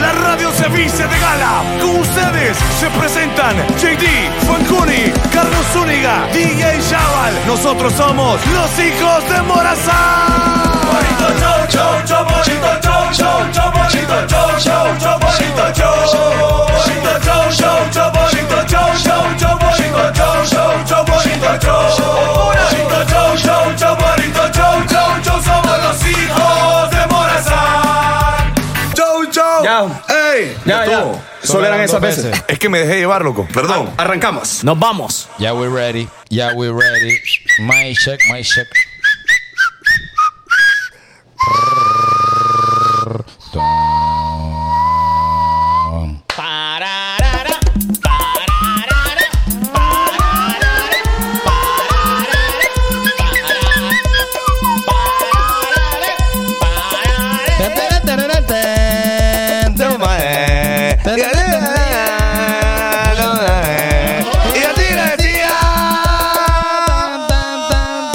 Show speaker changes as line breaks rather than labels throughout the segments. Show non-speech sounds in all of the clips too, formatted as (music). La radio se viste de gala. Con ustedes se presentan JD, Fancuni, Carlos Zúñiga, DJ Chaval. Nosotros somos los hijos de Morazán. Somos los hijos de Morazán. Chau, chau.
Ya.
¡Ey!
Ya, ya.
estuvo.
Solo eran esas veces.
Es que me dejé llevar, loco. Perdón.
Arrancamos. Nos vamos.
Yeah, we ready. Yeah, we ready. My check, my check.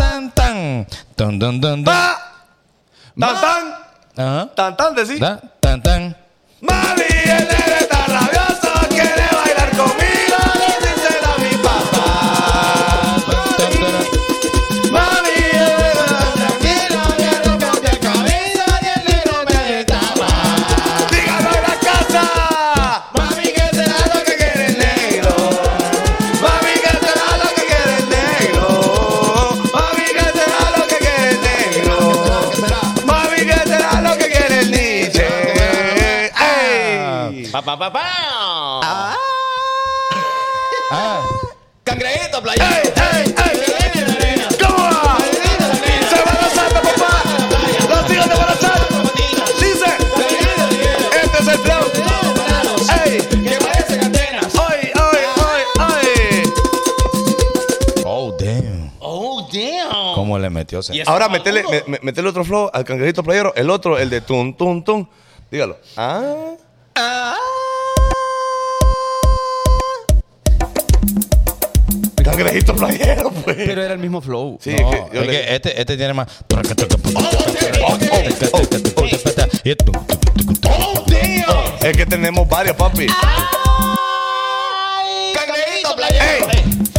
Dun, dun, dun, dun.
Tan tan.
Ajá.
Tan tan de sí.
Da, tan, tan.
Mami, él está rabioso, quiere bailar conmigo, le dice a mi papá.
Tan, tan.
Mami, él está
Tranquilo, que no cambia camino, ni el negro me tapa.
Dígalo en la casa.
Mami, que te la
Lo que quiere el negro. Mami, que te da lo que quiere el negro. Mami, que te da lo que quiere el negro. Mami, que te da lo que quiere el Nietzsche. ¡Ey!
Pa, pa, pa, pa.
Ah,
Cangrejito,
¡Ey,
playa.
ey, ey! ¿Cómo va? ¡Se va la santa, papá! ¡Los tíos de Barazán! ¡Dice! ¡Este es el flow! ¡Ey!
Que parece cantenas.
¡Ay, ay, ay, ay!
Oh, damn.
Oh, damn.
¿Cómo le metió ese?
Y es-
Ahora, metele, me- me- metele otro flow al cangrejito playero. El otro, el de tun, tun, tun. Dígalo. ¡Ah! Cangrejito playero, pues.
Pero era el mismo flow.
Sí,
No,
es que yo
es
le-
que este, este tiene más.
Oh, damn.
es que tenemos varios, papi.
Cangrejito, playa.
Ey.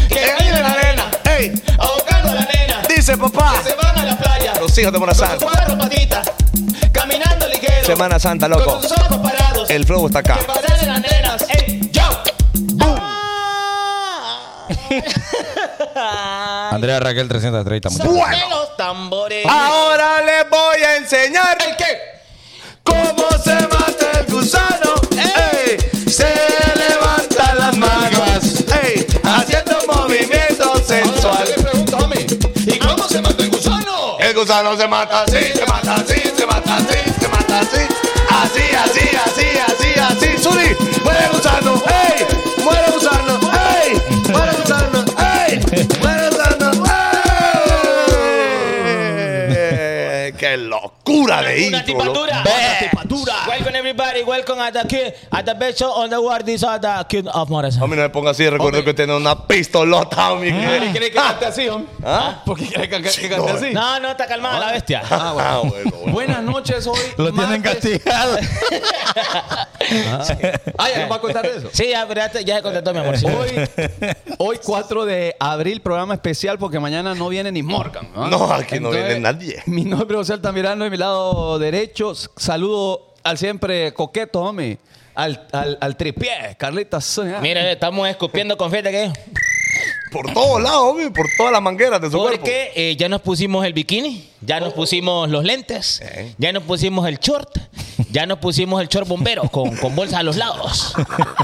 Que caen en la arena.
¡Ey!
Ahogando a la nena.
Dice, papá.
Se van a la playa.
Los hijos de Morazán.
Cuatro patitas. Caminando ligero.
Semana Santa, loco.
Con sus ojos parados.
El flow está acá.
Que parecen las nenas. Ey, yo. Ah,
Andrea Raquel 330. muchachos.
Bueno. Ah, Los tambores.
Ahora les voy a enseñar
¿El qué?
cómo se mata el gusano. Ey, se levantan las manos. Ey, haciendo movimientos sensuales.
pregunto a mí. ¿Y cómo se mató el gusano?
El gusano se mata así, se mata así, se mata así, se mata así. Así, así, así, así, así. Suri, muere el gusano, ey, muere el gusano, ey, muere el gusano, ey, muere el gusano, ey. ¡Qué locura de
Una
intro! loco.
tipatura. Una tipatura. Welcome everybody. Welcome at the king. At the best show on the world. This is the king of Morazán.
Homie, no me ponga así, recuerdo que tiene una pistolota, homie.
Ah.
¿Por qué crees que cante así, hombre?
¿Ah?
¿Por qué crees que, que
Sí,
cante
no,
así?
No, no, está calmada la bestia.
Ah, bueno.
Ah, bueno, bueno.
Buenas noches, hoy.
Lo tienen
martes.
castigado.
(laughs) Ah, ya nos va a contar de eso.
Sí, ya, pero ya te- ya se contentó, mi amor.
Hoy, hoy 4 de abril, programa especial porque mañana no viene ni Morgan.
No, aquí no viene nadie.
Mi nombre es José Altamirano y mi lado derecho. s- Saludo al siempre coqueto, homie. Al, al, al tripié, Carlita Sonia.
Mira, estamos escupiendo confiete que
Por todos lados, homie, por todas las mangueras de su cuerpo.
porque eh, ya nos pusimos el bikini, ya nos pusimos los lentes,
Eh.
ya nos pusimos el short, ya nos pusimos el short bombero con, con bolsa a los lados.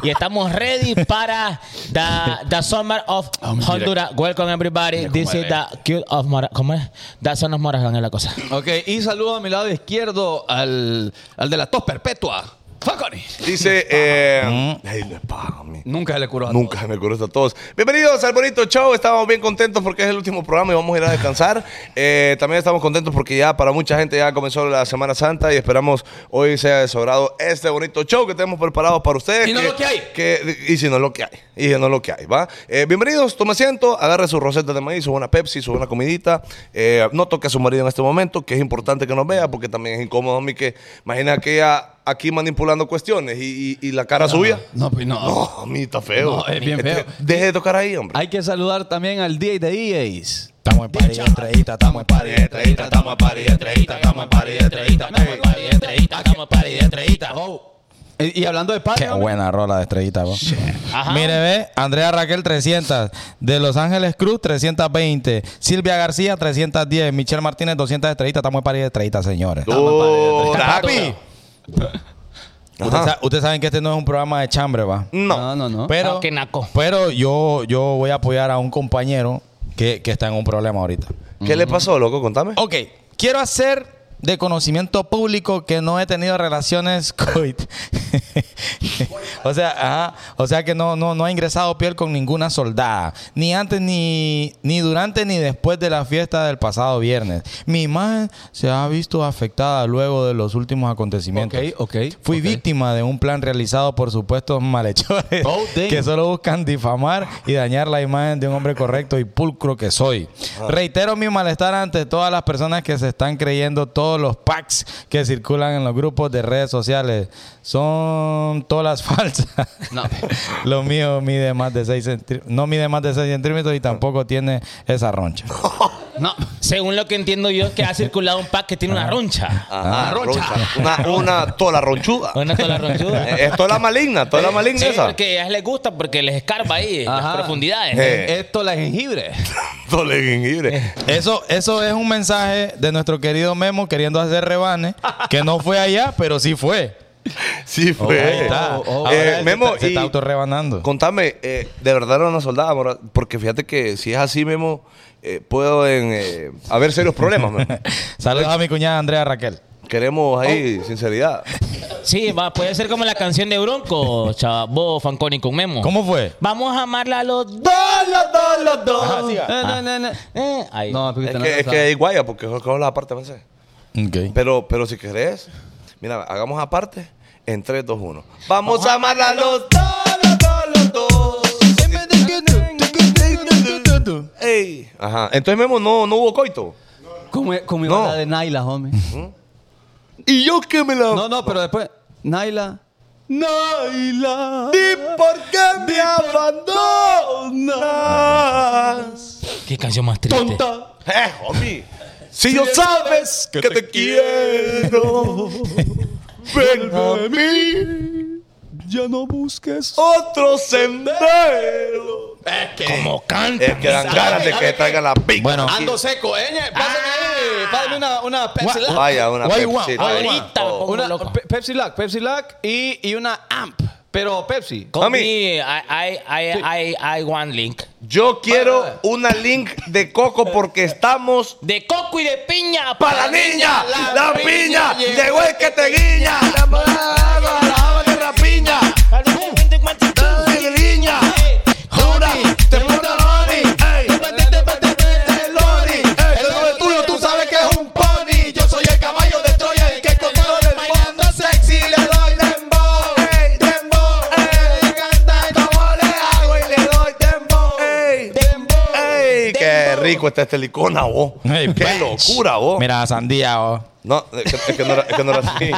y estamos ready para the, the summer of Honduras. Welcome everybody. This is the cute of Mora. ¿Cómo es? The son of Morazán es la cosa.
Ok, y saludo a mi lado izquierdo al, al de la tos perpetua. Faconi.
Dice, eh, ay, le paga, homie.
Nunca le curó a
Nunca se me ocurrió esto a todos. Bienvenidos al bonito show. Estamos bien contentos porque es el último programa y vamos a ir a descansar.
(laughs)
Eh, también estamos contentos porque ya para mucha gente ya comenzó la Semana Santa y esperamos hoy sea de su agrado este bonito show que tenemos preparado para ustedes.
Y no
que-
lo que hay.
que- y si no lo que hay. y no es lo que hay, ¿va? Eh, bienvenidos, tome asiento, agarre sus rosetas de maíz, su buena Pepsi, su buena comidita. Eh, no toque a su marido en este momento, que es importante que nos vea, porque también es incómodo a mí que, imagina que ella aquí manipulando cuestiones y, y- y la cara suya.
No, pues no.
No, a mí está feo.
No, es bien feo.
Este, Deje de tocar ahí, hombre.
Hay que saludar también al DJ de E DJs.
Estamos en party de estrellita, estamos en party de estrellita, estamos en party de estrellita, estamos en party de estrellita, estamos en party de estrellita, estamos en party de estrellita.
Oh. Y, y hablando de party,
Qué
hombre,
buena rola de estrellita, vos.
Ajá.
Mire, ve, Andrea Raquel 300, de Los Ángeles Cruz 320, Silvia García 310, Michelle Martínez 200 estrellitas, estamos en party de estrellitas, señores.
Oh, Tapi.
Ustedes sa- ustedes saben que este no es un programa de chambre, va.
No.
No, no,
Pues,
no.
Pero,
Ah, qué naco.
pero yo, yo voy a apoyar a un compañero que, que está en un problema ahorita.
¿Qué le pasó, loco? Contame.
Oh.
Ok, quiero hacer de conocimiento público que no he tenido relaciones (laughs) coit. o sea, ajá, o sea que no, no, no ha ingresado piel con ninguna soldada, ni antes ni, ni durante ni después de la fiesta del pasado viernes. Mi imagen se ha visto afectada luego de los últimos acontecimientos.
Ok, ok,
Fui
ok.
víctima de un plan realizado por supuestos malhechores
Oh, damn.
que solo buscan difamar y dañar la imagen de un hombre correcto y pulcro que soy.
Ah.
Reitero mi malestar ante todas las personas que se están creyendo todos los packs que circulan en los grupos de redes sociales. Son todas (laughs) falsas.
No.
Lo mío mide más de 6 centímetros. No mide más de 6 centímetros y tampoco tiene esa
(laughs)
roncha.
no.
Según lo que entiendo yo, es que ha circulado un pack que tiene una roncha.
Ajá,
Ah, roncha.
roncha. Una, una tola ronchuda.
Una tola ronchuda.
(laughs) Eh, Es toda la maligna, toda la maligna
Sí,
esa.
porque a ellas les gusta, porque les escarba ahí
Ajá.
las profundidades.
Eh.
Esto la jengibre.
Tola de
Eh.
jengibre.
Eso, eso es un mensaje de nuestro querido Memo queriendo hacer rebanes, que no fue allá, pero sí fue.
Sí,
Oh,
fue.
Ahí está.
Eh,
Ahora él se
Memo,
está- se está
y
autorrebanando.
contame, eh, de verdad era una soldada, amor? porque fíjate que si es así, Memo, eh, pueden eh, haber serios problemas.
(laughs)
Memo.
(laughs) Saludos a mi cuñada Andrea Raquel.
Queremos ahí
Oh.
sinceridad.
Sí, va, puede ser como la canción de Bronco, chavo, Fanconi con Memo.
¿Cómo fue?
Vamos a amarla a los dos.
Ajá, siga.
(laughs) No, no, no.
Eh, ahí.
No, porque
Es
usted no
que, es
lo
que
sabe.
hay guaya, porque es la aparte, pensé.
Ok.
Pero, pero si querés, mira, hagamos aparte en 3, 2, 1. Vamos a amar a los dos, los dos, los dos. Ey. Ajá. Entonces, Memo, no, no hubo coito.
Como, como
No.
iba la de Naila, homie.
Y yo que me la.
No, no, pero después. Naila. Naila.
¿Y por qué me abandonas?
Qué canción más triste.
Eh, homie. Si yo sabes que te quiero, ven a mí.
Ya no busques.
Otro sendero.
Como canta.
Es que dan ganas de que traigan la pica.
Bueno,
Ando seco, eh. Pásame ahí. Pásame una, una Pepsi
Gua-
Lag.
Vaya, una
Guay, guau,
pepsita.
guay,
Ahorita.
Oh.
pongo
Una
loco.
Pe- Pepsi Lag, Pepsi Lag y, y una AMP. Pero Pepsi.
Con
Mami.
mi, I, I, I, I, I want link.
Yo quiero una link de coco porque estamos
De coco y de piña.
para la niña. La piña
llegó.
llegó el que te guiña. La morada, la java de la piña. Dale, de niña. Jura, te manda Lori. Ey, te Lori. Ey, El nombre tuyo, tú sabes que es un pony. Yo soy el caballo de Troya, el que controla el fondo sexy. Le doy dembow. Ey, dembow. Ey, canta como le hago y le doy dembow. Ey, Ey, qué rico está este licona, vos.
(laughs) Ey,
qué
bitch.
locura, vos.
mira, sandía, oh.
No, es que, es que no era, es que no era
(laughs)
así.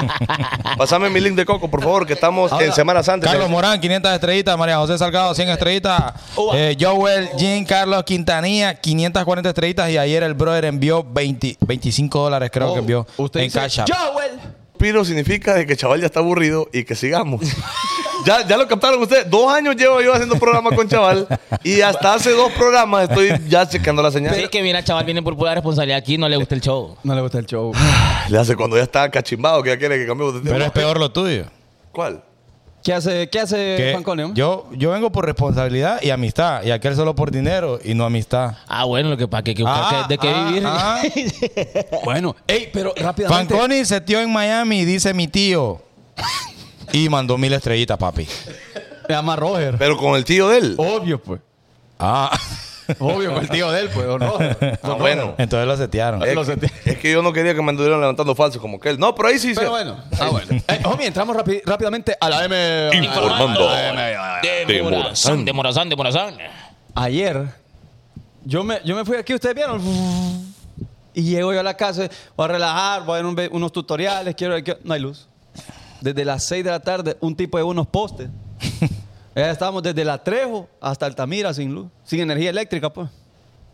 Pásame mi link de coco, por favor, que estamos en Semana Santa.
Carlos Morán, 500 estrellitas. María José Salgado, 100 estrellitas.
Oh,
Eh, Joel, Jim, Carlos Quintanilla, 540 estrellitas. Y ayer el brother envió 20 25 dólares,
Oh,
creo que envió
Usted
en
dice,
Cash App.
Joel.
Piro significa de que el chaval ya está aburrido y que sigamos. (laughs) ya, ya lo captaron ustedes. Dos años llevo yo haciendo programa con chaval y hasta hace dos programas estoy ya checando la señal.
Sí, es que mira, chaval, viene por pura responsabilidad aquí, no le gusta el show.
No le gusta el show.
Le hace cuando ya está cachimbado que ya quiere que cambiemos de tema.
Pero es peor lo tuyo.
¿Cuál?
¿Qué hace, qué hace
que
Fanconi? homie?
yo, yo vengo por responsabilidad y amistad. Y aquel solo por dinero y no amistad.
Ah, bueno, lo que pasa que hay que buscar
Ah,
que- de qué
ah,
vivir. (laughs)
ah.
Bueno, ey, pero rápidamente.
Fanconi se tío en Miami, dice mi tío. Y mandó mil estrellitas, papi.
Me llama Roger. Oh,
Pero con el tío de él.
Obvio, pues.
Ah. (laughs)
Obvio, con el tío de él, pues, don Roger.
Ah, bueno.
Entonces lo setearon.
Es,
Lo
que-
sentí.
es que yo no quería que me anduvieran levantando falsos como que él. No, pero ahí sí. se-
Pero bueno, ah, bueno. Eh, homie, entramos rapi- rápidamente a la M.
Informando.
a la M.
De
De Morazán,
Morazán.
de Morazán, de Morazán.
Ayer, yo me, yo me fui aquí, ustedes vieron. Y llego yo a la casa, voy a relajar, voy a ver un ve- unos tutoriales, quiero ver qué- No hay luz. Desde las 6 de la tarde, un tipo de unos
(laughs)
postes. Allá estábamos desde la Trejo hasta Altamira sin luz, sin energía eléctrica, pues.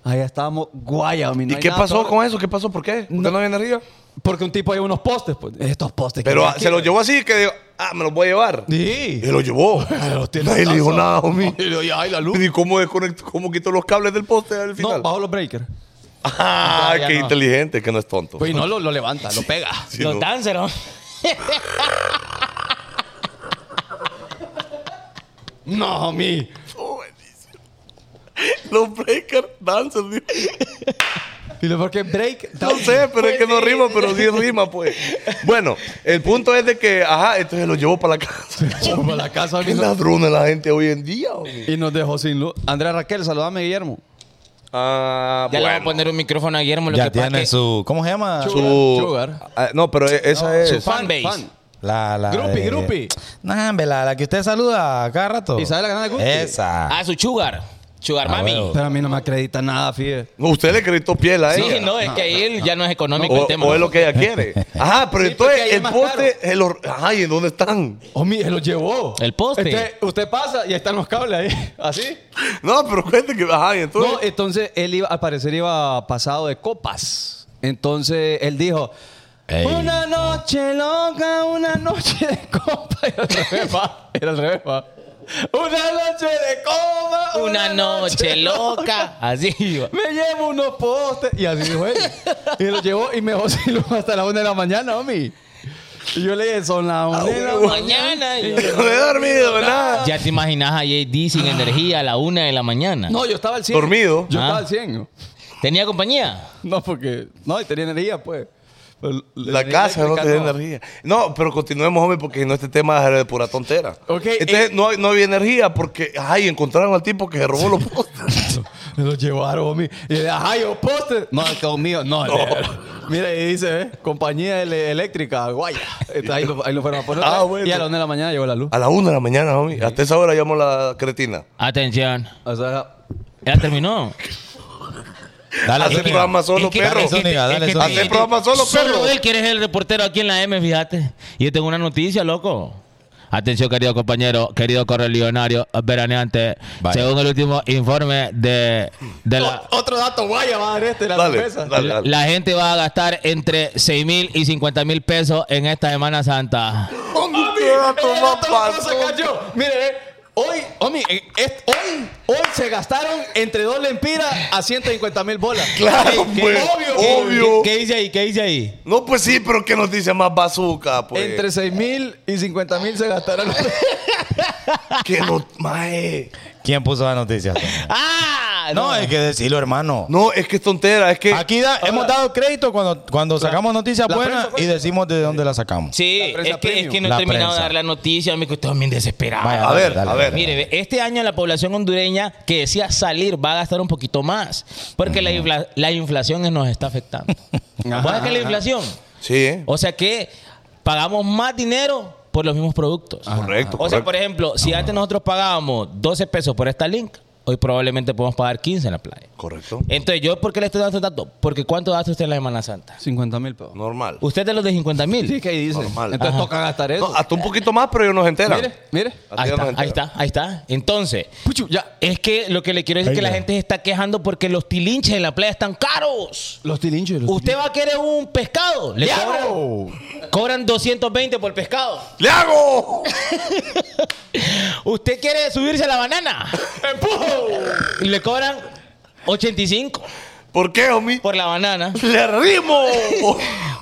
Allá estábamos guaya, homie, no
¿Y
hay
qué
nada,
pasó
todo-
con eso? ¿Qué pasó? ¿Por qué? ¿Por qué no había energía?
Porque un tipo llevó unos postes, pues. Estos postes. que
Pero
hay
ah,
aquí,
se lo
pues.
llevó así que digo, ah, me los voy a llevar.
Sí.
Y lo
(laughs)
llevó. Nadie le dijo nada, homie.
Y yo, ya, ay, la luz.
¿Y cómo, desconectó- cómo quitó los cables del poste al
No,
final?
bajo los breakers.
(laughs) ah,
Ya, ya
qué
no.
inteligente, que no es tonto.
Pues y no lo, lo levanta, lo pega.
(laughs) Sí,
Los
no. Ah,
danceros.
No, homie.
(laughs) Los breakers dancers. digo.
Y lo porque break.
No sé, pero
Pues
es que no rima, pero sí rima,
(laughs)
pues. Bueno, el punto es de que, ajá, entonces lo llevó para la casa.
Para la
(laughs)
casa, homie.
Qué ladrona la gente hoy en día, homie.
Y nos dejó sin luz. Andrea Raquel, saludame, Guillermo.
Ah,
Ya le voy a
bueno.
poner un micrófono a Guillermo. Lo
ya
que pasa
tiene
que-
su. ¿Cómo se llama?
Su-
Sugar.
Ah, no, pero e- esa es.
su fan base.
La, la.
Grupi,
de-
grupi.
Nah, hombre, la, la que usted saluda cada rato.
Isabela Grande Guti.
Esa.
Ah, su sugar. Sugar
Ah,
mami.
huevo.
Pero a mí no me acredita nada, fíjate.
No, Usted le quitó piel a
Sí,
ella.
no, es que él ya no es económico el
O,
tema.
o es lo que ella quiere. Ajá, pero
Sí, porque
entonces
ahí es
el
más
poste. el or- Ajá, ¿y en dónde están? (laughs)
Homie, él Oh, lo llevó.
El poste.
Este, usted pasa y están los cables ahí. (laughs) ¿Así?
No, pero cuente que. Ajá, y entonces.
No, entonces él iba, al parecer iba pasado de copas. Entonces él dijo.
Ey.
Una noche loca, una noche de (laughs) copas. Era al revés, va. Era al revés, va. Una noche de copas.
Una noche
(laughs)
loca.
(laughs)
Así iba.
Me llevo unos postes. Y así dijo él. y lo llevó y me dejó sin luz (laughs) hasta la una de la mañana, mami. Y yo le dije, son
Ah,
las una de la mañana.
Mañana. yo-
(laughs) no he dormido, ¿verdad?
Ya te imaginas a JD sin energía a la una de la mañana.
No, yo estaba al 100.
Dormido.
Yo
Ah.
estaba al 100.
¿Tenía compañía?
No, porque... No, y tenía energía, pues. Pero la
La
energía
casa no
eléctrica
tiene energía. No, pero continuemos, hombre, porque si no este tema es de pura tontera.
Ok,
Entonces no, hay- no había energía porque, ay, encontraron al tipo que se robó los postes.
(laughs) Me lo llevaron, mami. Y le ajá, yo poste. No, es conmigo. No, no. Mira, y dice, eh, compañía ele- eléctrica, guaya. Entonces, ahí, lo, ahí lo fueron a poner.
Ah, bueno.
Y a las una de la mañana llegó la luz.
A la una de la mañana, hombre. Hasta esa hora llamó la cretina.
Atención.
Ah.
O sea,
Ya terminó.
Dale,
Hace
Zúñiga.
programa solo,
Es que-
perro.
Dale,
es que-
Zúñiga,
es
dale,
que-
Zúñiga.
Hace programa solo, perro.
Solo él quiere ser el reportero aquí en la M, fíjate. Y yo tengo una noticia, loco. Atención, querido compañero, querido correligionario veraneante.
Vaya.
Según el último informe de, de la,
o- otro dato guaya va a dar este, la
Dale,
sorpresa.
dale, dale.
la gente va a gastar entre 6 mil y 50 mil pesos en esta Semana Santa.
¿Qué dato
Mira,
más
otra cosa
falso?
cayó. Mire, eh, hoy, homie, eh, es- hoy, hoy se gastaron entre dos lempiras a 150 mil bolas.
Claro,
Qué
pues.
obvio, qué
Obvio.
¿Qué dice ahí? ¿Qué dice ahí?
No, pues sí, pero ¿qué noticia más bazooka, pues?
Entre 6 mil y 50 mil se gastaron. (laughs)
¿Qué no... Mae.
¿Quién puso la
(laughs)
noticia?
¡Ah!
no, hay que decirlo, hermano.
No, es que es tontera, es que...
Aquí da- hemos dado crédito cuando, cuando sacamos noticias
la
buenas
prensa fue-
y decimos de dónde las sacamos.
Sí,
La prensa
es que, es
premium.
que no he
La
terminado de
prensa.
dar la noticia, amigo. Estoy bien desesperado.
Vaya,
A
dale,
ver,
dale,
a ver.
dale.
Mire, ve, este año la población hondureña que decía salir va a gastar un poquito más porque la, infla- la inflación nos está afectando. ¿Cuál es que la inflación?
Sí, ¿eh?
O sea que pagamos más dinero por los mismos productos.
Correcto,
O sea,
correcto.
por ejemplo, si antes nosotros pagábamos 12 pesos por esta link, hoy probablemente podemos pagar 15 en la playa.
Correcto.
Entonces, ¿yo por qué le estoy dando este dato? Porque ¿cuánto gasta usted en la Semana Santa?
50 mil, pesos.
Normal.
Usted es de los de 50 mil.
Sí, que ahí dice.
Normal.
Entonces
Ajá.
toca gastar
No,
eso.
hasta un poquito más, pero ellos nos enteran.
mire, mire.
Hasta
Ahí
ellos nos
está,
enteran.
ahí está, ahí está. Entonces,
Puchu, ya.
Es que lo que le quiero decir es que la gente se está quejando porque los tilinches en la playa están caros.
Los tilinchos. los
Usted va a querer un pescado. Le
tilinchos.
cobran, cobran 220 por pescado.
¡Le hago!
Usted quiere subirse a la banana. ¡Empujo! Le cobran 85
¿Por qué, homie?
por la banana.
¡Le rimo!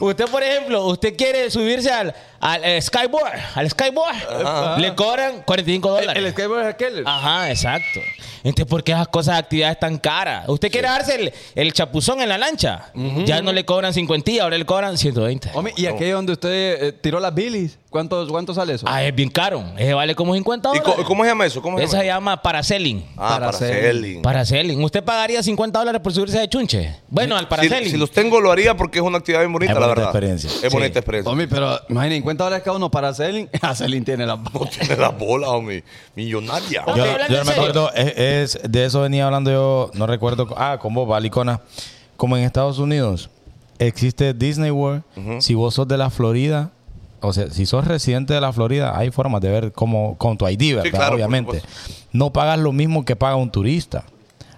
Usted, por ejemplo, usted quiere subirse al, al eh, Skyboard, al Skyboard, le cobran 45 dólares.
El skateboard es aquel.
Ah,
Ajá, exacto. Entonces, ¿por qué esas cosas de actividades tan caras? Usted quiere darse el, el chapuzón en la lancha. Ya no le cobran 50, ahora le cobran 120.
Homie, y aquello donde usted eh, tiró las bilis, ¿cuánto, cuánto sale eso?
Ah, es bien caro. Ese vale como 50
¿Y
dólares.
co- cómo se llama eso? ¿Cómo se
Esa
llama?
se llama parasailing.
Ah, Paracelling.
Paraselling. ¿Usted pagaría 50 dólares por subirse de chunche? Bueno, al paraselling.
Si, si los tengo, lo haría porque es una actividad bien bonita,
Es
la
bonita
verdad.
experiencia.
Es
Sí.
bonita experiencia.
Homie, pero imaginen, 50 dólares cada uno para Selin. (laughs) Ah, Selin tiene
(laughs)
la
No tiene la bola, homie. Millonaria.
Yo-
Yo,
Estoy hablando
yo
en
me
serio.
acuerdo, es, es- de eso venía hablando yo, no recuerdo, ah, con vos, Balicona. Como en Estados Unidos existe Disney World, si vos sos de la Florida, o sea, si sos residente de la Florida, hay formas de ver como con tu ID, ¿verdad?
claro, por
Obviamente.
supuesto.
No pagas lo mismo que paga un turista.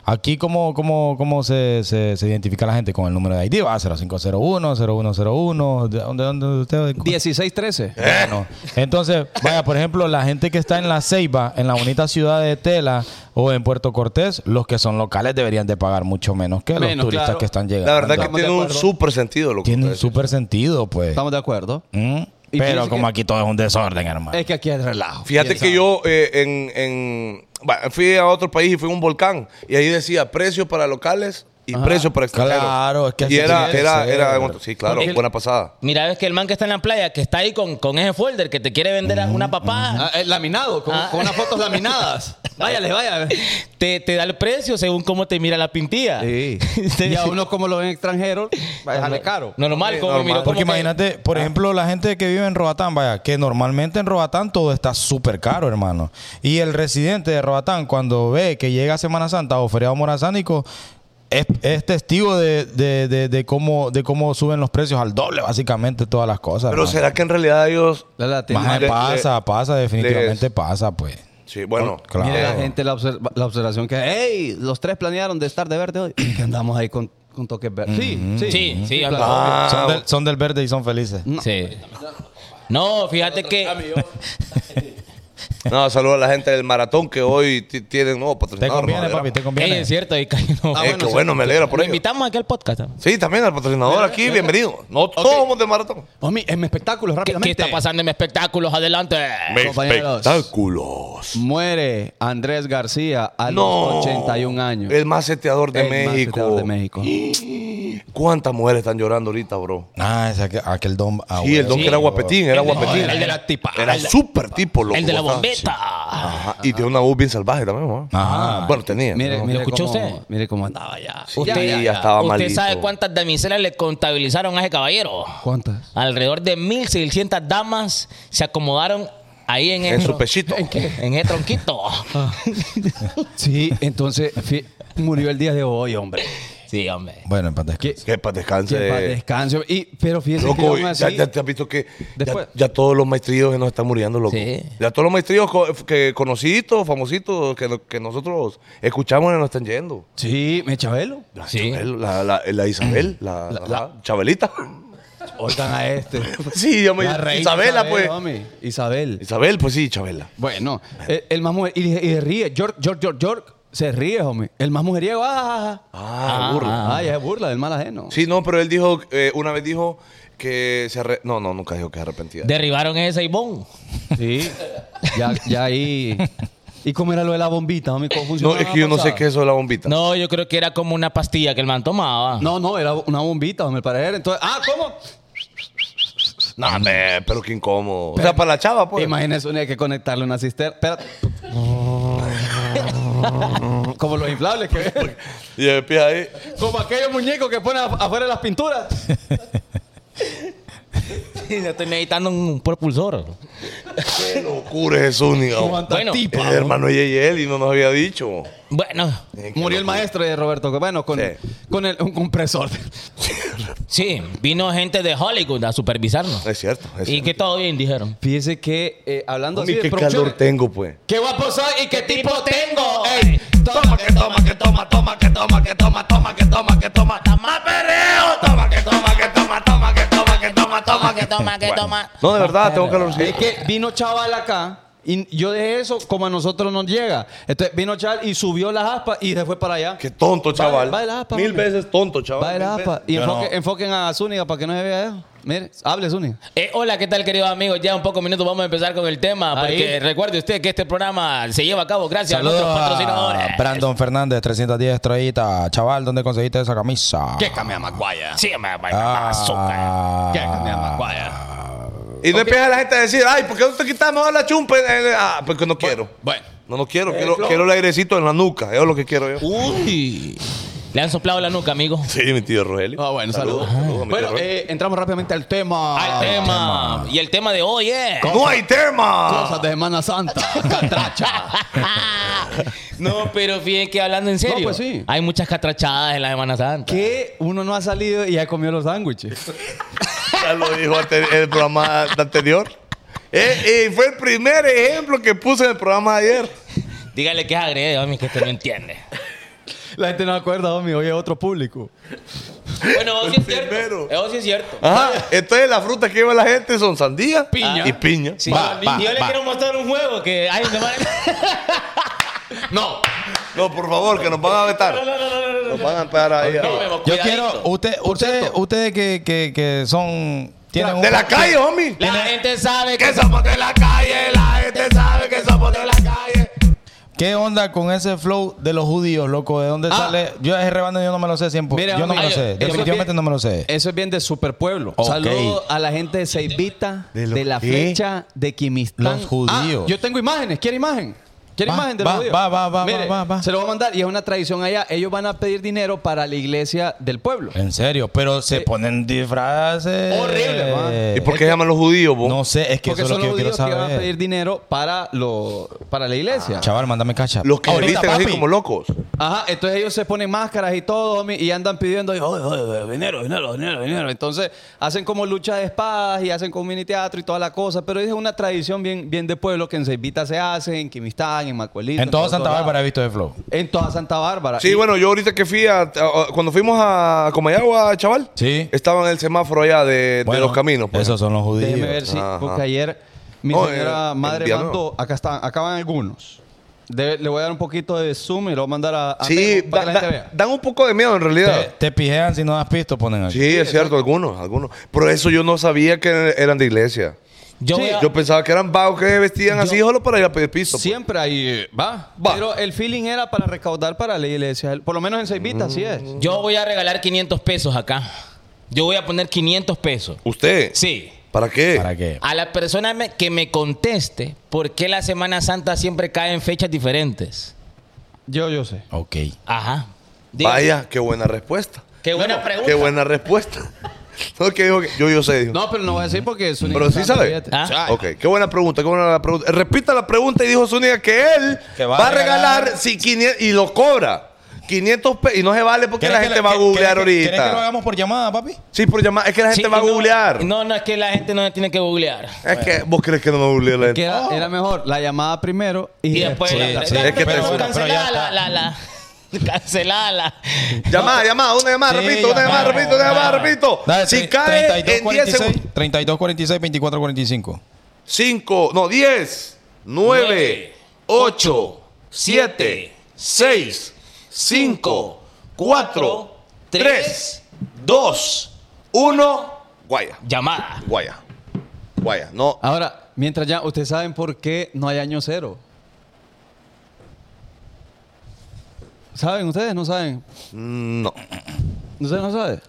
Aquí, ¿cómo, cómo, cómo se, se, se identifica la gente con el número de ID? Va 0501, 0101, ¿de dónde, dónde usted?
16-13.
Eh.
Bueno, entonces, vaya, por ejemplo, la gente que está en la Ceiba, en la bonita ciudad de Tela o en Puerto Cortés, los que son locales deberían de pagar mucho menos que los
Menos,
turistas
claro.
que están llegando.
La verdad que
Estamos de
tiene un
acuerdo.
súper sentido lo que
tiene un
ustedes
súper sentido, pues.
Estamos de acuerdo.
¿Mm?
Y
Pero
fíjense
como
que-
aquí todo es un desorden, hermano.
Es que aquí es relajo.
Fíjate que yo eh, en, en- va, fui a otro país y fui a un volcán y ahí decía precio para locales y precio para extranjeros.
Claro, es que así
y era,
tiene que
era,
ser.
era- sí, claro,
Porque-
buena pasada.
Mira, ves que el man que está en la playa, que está ahí con, con ese folder, que te quiere vender a una papada,
Ah, eh, laminado, con,
Ah.
con unas
(laughs)
fotos (laughs) laminadas. Váyale, vaya.
te, te da el precio según cómo te mira la pintilla. (laughs)
y a uno como lo ven extranjero, va a dejarle caro.
No, normal, como
normal.
miró como
Porque
que-
imagínate, por
Ah.
ejemplo, la gente que vive en Roatán, vaya, que normalmente en Roatán todo está súper caro, hermano. Y el residente de Roatán, cuando ve que llega Semana Santa o feriado morazánico, es, es testigo de, de- de- de cómo, de cómo suben los precios al doble, básicamente, todas las cosas.
Pero
hermano.
será que en realidad ellos.
La latina.
Maje,
le-
pasa,
le-
pasa, definitivamente
les-
pasa, pues.
Sí, bueno.
Claro.
Mire la gente la, observa- la observación que, hey, los tres planearon de estar de verde hoy. (clears throat) que andamos ahí con, con toques verdes. Sí, sí.
Sí, sí, anda.
Ah,
Son del, son del verde y son felices.
Sí. No, fíjate que
Ah, no, saludo a la gente del maratón que hoy ti- tienen nuevo
Te
patrocinador.
conviene, Ah,
¿no?
papi, te
Ey,
conviene.
es cierto, y casi no.
Eh, qué bueno, me alegra por
Lo
ello.
invitamos aquí al podcast. ¿no?
Sí, también al patrocinador aquí, bienvenido. No todos somos de maratón.
Homie, en mi espectáculo,
¿Qué,
rápidamente.
qué está pasando en mis espectáculos? Adelante.
Compañeros.
Espectáculos.
Muere Andrés García a
No.
los 81 años.
El más seteador de
El más
México.
seteador de México.
¿Cuántas mujeres están llorando ahorita, bro?
Ah, es aquel, aquel don. ah,
Sí, el
bueno.
don que era guapetín, era guapetín.
el de la tipa.
Era
El de-
súper tipo, loco.
El de la
¿verdad?
bombeta.
Sí. Ajá. Y tenía una voz bien salvaje también, ¿no?
Ajá.
Bueno, tenía.
Mire,
¿no?
mire
escuchó
cómo-
usted?
Mire cómo andaba ya.
Sí, ya, estaba
¿Usted
malito.
sabe cuántas damiselas le contabilizaron a ese caballero?
¿Cuántas?
Alrededor de 1.600 damas se acomodaron ahí en,
En
ese
su
tron-
pechito. Ah.
¿En, qué? En ese tronquito.
Sí, entonces fi- murió el día de hoy, hombre.
(laughs) Sí, hombre.
Bueno, en paz descanse.
Que para
Que paz
descanse.
descanse. Y, pero fíjense que
Loco,
aún
ya,
así,
ya te has visto que ya,
Después.
ya todos los maestrillos nos están muriendo, loco.
Sí.
Ya todos los maestrillos co- que conocidos, famositos, que, no- que nosotros escuchamos y nos están yendo.
Sí, me chabelo.
La
Sí.
Chabel, la, la- la Isabel, la, la- Chabelita. (laughs) Pues
Oigan a este.
sí, yo me
La reina
Isabela, pues.
homie. Isabel.
Isabel, pues sí, Chabela.
Bueno, el, el más mujer. Y, y se ríe. York, York, York, York. Se ríe, homie. El más mujeriego. Ah, ah, ah.
Ah, burla.
Ah, ya se burla del mal ajeno.
Sí, no, pero él dijo, eh, una vez dijo que se arre- No, no, nunca dijo que se arrepentía.
Derribaron ese Ibón.
Sí. ya, ya ahí. ¿Y cómo era lo de la bombita, homie? ¿Cómo
no,
funcionaba
es que yo no sé
pasada?
qué es eso de la bombita.
No, yo creo que era como una pastilla que el man tomaba.
No, no, era una bombita, homie, para él. Entonces, ah, ¿cómo?
No, hombre, pero qué incómodo. O sea, para la chava, pues.
Imagínense, un día hay que conectarle una cisterna.
(laughs)
Espérate. Como los inflables que
Y empieza ahí.
Como aquellos muñecos que ponen af- afuera de las pinturas.
Yo estoy necesitando un propulsor.
Qué locura es eso, único.
¿Cuánta
Bueno.
tipa?
El hermano Yeyel y no nos había dicho.
Bueno,
Eh, qué
Murió el
locura.
maestro de Roberto. Bueno, con,
Sí.
con el- un compresor.
sí, vino gente de Hollywood a supervisarnos.
Es cierto. Es
Y
cierto.
que todo bien, dijeron.
Fíjese que eh, hablando así
Mami,
de
qué
producciones,
calor tengo, pues.
¡Qué guapo soy y qué tipo tengo!
Ey,
Toma que toma que toma, toma que toma que toma, toma que toma que toma, toma perreo. Toma que toma que toma, toma que toma que toma, toma que
toma, que toma.
No, de verdad, tengo calor.
Es que vino chaval acá Y yo dejé eso como a nosotros nos llega. Entonces vino Char y subió las aspas y se fue para allá.
Qué tonto, chaval.
va de las aspas,
Mil
hombre.
veces tonto, chaval.
Va de las
Mil
aspas.
veces.
Y
Yo
enfoque-
no.
enfoquen a Zúñiga para que no se vea eso. Mire, hable Zúñiga.
Eh, hola, ¿qué tal, queridos amigos? Ya un poco minutos vamos a empezar con el tema.
Ahí.
Porque recuerde usted que este programa se lleva a cabo gracias a nuestros patrocinadores.
Brandon Fernández, 310 estrellitas. Chaval, ¿dónde conseguiste esa camisa?
¿Qué cambia Maguaya?
Sí, me va
Ah.
¿Qué cambia Maguaya?
Y no empieza la gente a decir, ay, ¿por qué no te quitamos la chumpa? Eh, eh, Ah, porque no quiero.
Bueno.
No, no quiero. Quiero, quiero el airecito en la nuca. Eso es lo que quiero yo. (laughs)
Uy.
Le han soplado la nuca, amigo.
Sí, mi tío Rogelio.
Ah, bueno, saludos.
saludos, mi tío
Bueno,
Rogelio.
eh, entramos rápidamente al tema.
Ah,
Al tema. Y el tema de hoy es.
¡No hay tema!
Cosas de Semana Santa. Catracha.
(laughs) no, pero fíjense que hablando en serio.
pues sí.
Hay muchas catrachadas en la Semana Santa.
Que uno no ha salido y ya comió los sándwiches.
Ya lo dijo ante- el programa anterior. Eh, y fue el primer ejemplo que puse en el programa de ayer.
Dígale que es agrede, mami, que usted no entiende.
La gente no acuerda, homie. Hoy es otro público.
Bueno, eso sí es cierto.
primero.
Eso sí es cierto.
Ajá. Entonces, las frutas que lleva la gente son sandía
Piña.
y piña.
Sí,
Va,
yo
va,
yo le
va.
quiero mostrar un juego que hay en Semana
No.
No, por favor, que nos van a vetar. Nos van a empezar ahí. a-
No, Memo,
Yo
cuidadito.
quiero, usted, usted, ustedes que, que, que son. Tienen un
De la calle, homie.
La gente sabe que
Que somos de la calle, la gente sabe que somos de la calle.
¿Qué onda con ese flow de los judíos, loco? ¿De dónde sale? Yo ese rebando yo no me lo sé siempre.
Ah. Mira,
yo no me
homie,
lo sé.
eso es bien-
Definitivamente no me lo sé.
Eso es bien de superpueblo.
Ok.
Saludos a la gente de Seivita de,
¿De lo
la
qué?
fecha de Quimistán.
Los judíos.
Ah, yo tengo imágenes. ¿Quiere imagen? ¿Quiere
Va,
imagen de los
va,
judíos?
va, va, va,
Mire,
va, va.
Se lo voy a mandar y es una tradición allá. Ellos van a pedir dinero para la iglesia del pueblo.
En serio, pero se ponen disfraces.
eh, Horrible, man.
¿Y por qué se llaman los judíos, vos?
No sé, es que eso
Porque
es
son
lo que yo
los
quiero
judíos que van a pedir
saber.
dinero para, lo, para la iglesia.
Chaval, mándame cacha.
Los que se
Ahorita,
visten así
papi.
como locos.
Ajá, entonces ellos se ponen máscaras y todo, homie, y andan pidiendo, y, "Oye, oye, oye, dinero, dinero, dinero, dinero. Entonces hacen como lucha de espadas y hacen como mini teatro y toda la cosa, pero es una tradición bien, bien de pueblo que en Ceibita se hace, en Quimistán, en Macuelita.
En todo
todos
Santa
lados.
Bárbara he visto de flow.
En toda Santa
Ah,
Bárbara.
Sí,
Y-
bueno, yo ahorita que fui a, a- Cuando fuimos a Comayagua, chaval.
Sí.
Estaba en el semáforo allá de, de
Bueno,
los caminos. pues.
Esos son los judíos.
Déjeme ver si,
Ajá.
porque ayer mi
No,
señora
eh,
madre
el día
mandó,
nuevo.
acá están, acá van algunos. De- le voy a dar un poquito de zoom y lo voy a mandar a, a
Sí,
Memo para
da-
que
da-
la gente vea.
dan un poco de miedo en
Te,
realidad.
te pijean si no das pisto, ponen aquí.
Sí, es cierto, algunos, algunos. Pero eso yo no sabía que eran de iglesia.
yo, voy a-
Yo pensaba que eran vagos que vestían así solo para ir a pedir piso. pues.
Siempre ahí eh, va.
Va.
Pero el feeling era para recaudar para la iglesia. Por lo menos en Ceibita, así es.
yo voy a regalar 500 pesos acá. Yo voy a poner 500 pesos.
¿Usted?
Sí.
¿Para qué?
¿Para qué?
A la persona me- que me conteste por qué la Semana Santa siempre cae en fechas diferentes.
Yo, yo sé.
Ok.
Ajá. Dígame.
Vaya, qué buena respuesta.
Qué buena pregunta.
Qué buena respuesta. (laughs) No, que dijo que- yo, yo sé. dijo.
No, pero no voy a decir porque es un
Pero sí sabe.
Ah.
Ok, qué buena pregunta, qué buena la pregunta. Repita la pregunta y dijo Zúñiga que él
Que
va, a regalar si 500 y lo cobra. 500 pesos y no se vale porque la gente va a googlear
¿Quieres que lo
ahorita.
hagamos por llamada, papi?
Sí, por llamar, es que la
Sí,
gente va a
no,
googlear.
No, no, es que la gente no tiene que googlear.
Es que vos crees que no va a googlear la
Que
gente.
era, era mejor la llamada primero y,
Y después
Sí,
la,
sí,
No,
es que
pero
te- bueno,
pero ya
cancelada la,
está.
la, la- (laughs) cancelada la-
Llamada, llamada, una llamada,
Sí,
repito, una
llamada,
llamada, repito, una llamada, repito.
Dale,
si
tre-
cae en 10
46,
segundos.
32, 46, 24, 45.
5, no, 10, 9, 8, 7, 6, 5, 4, 3, 2, 1. Guaya,
llamada.
guaya, guaya. No,
Ahora, mientras ya, ustedes saben por qué no hay año cero. ¿Saben ustedes? ¿No saben?
no.
¿Ustedes no saben?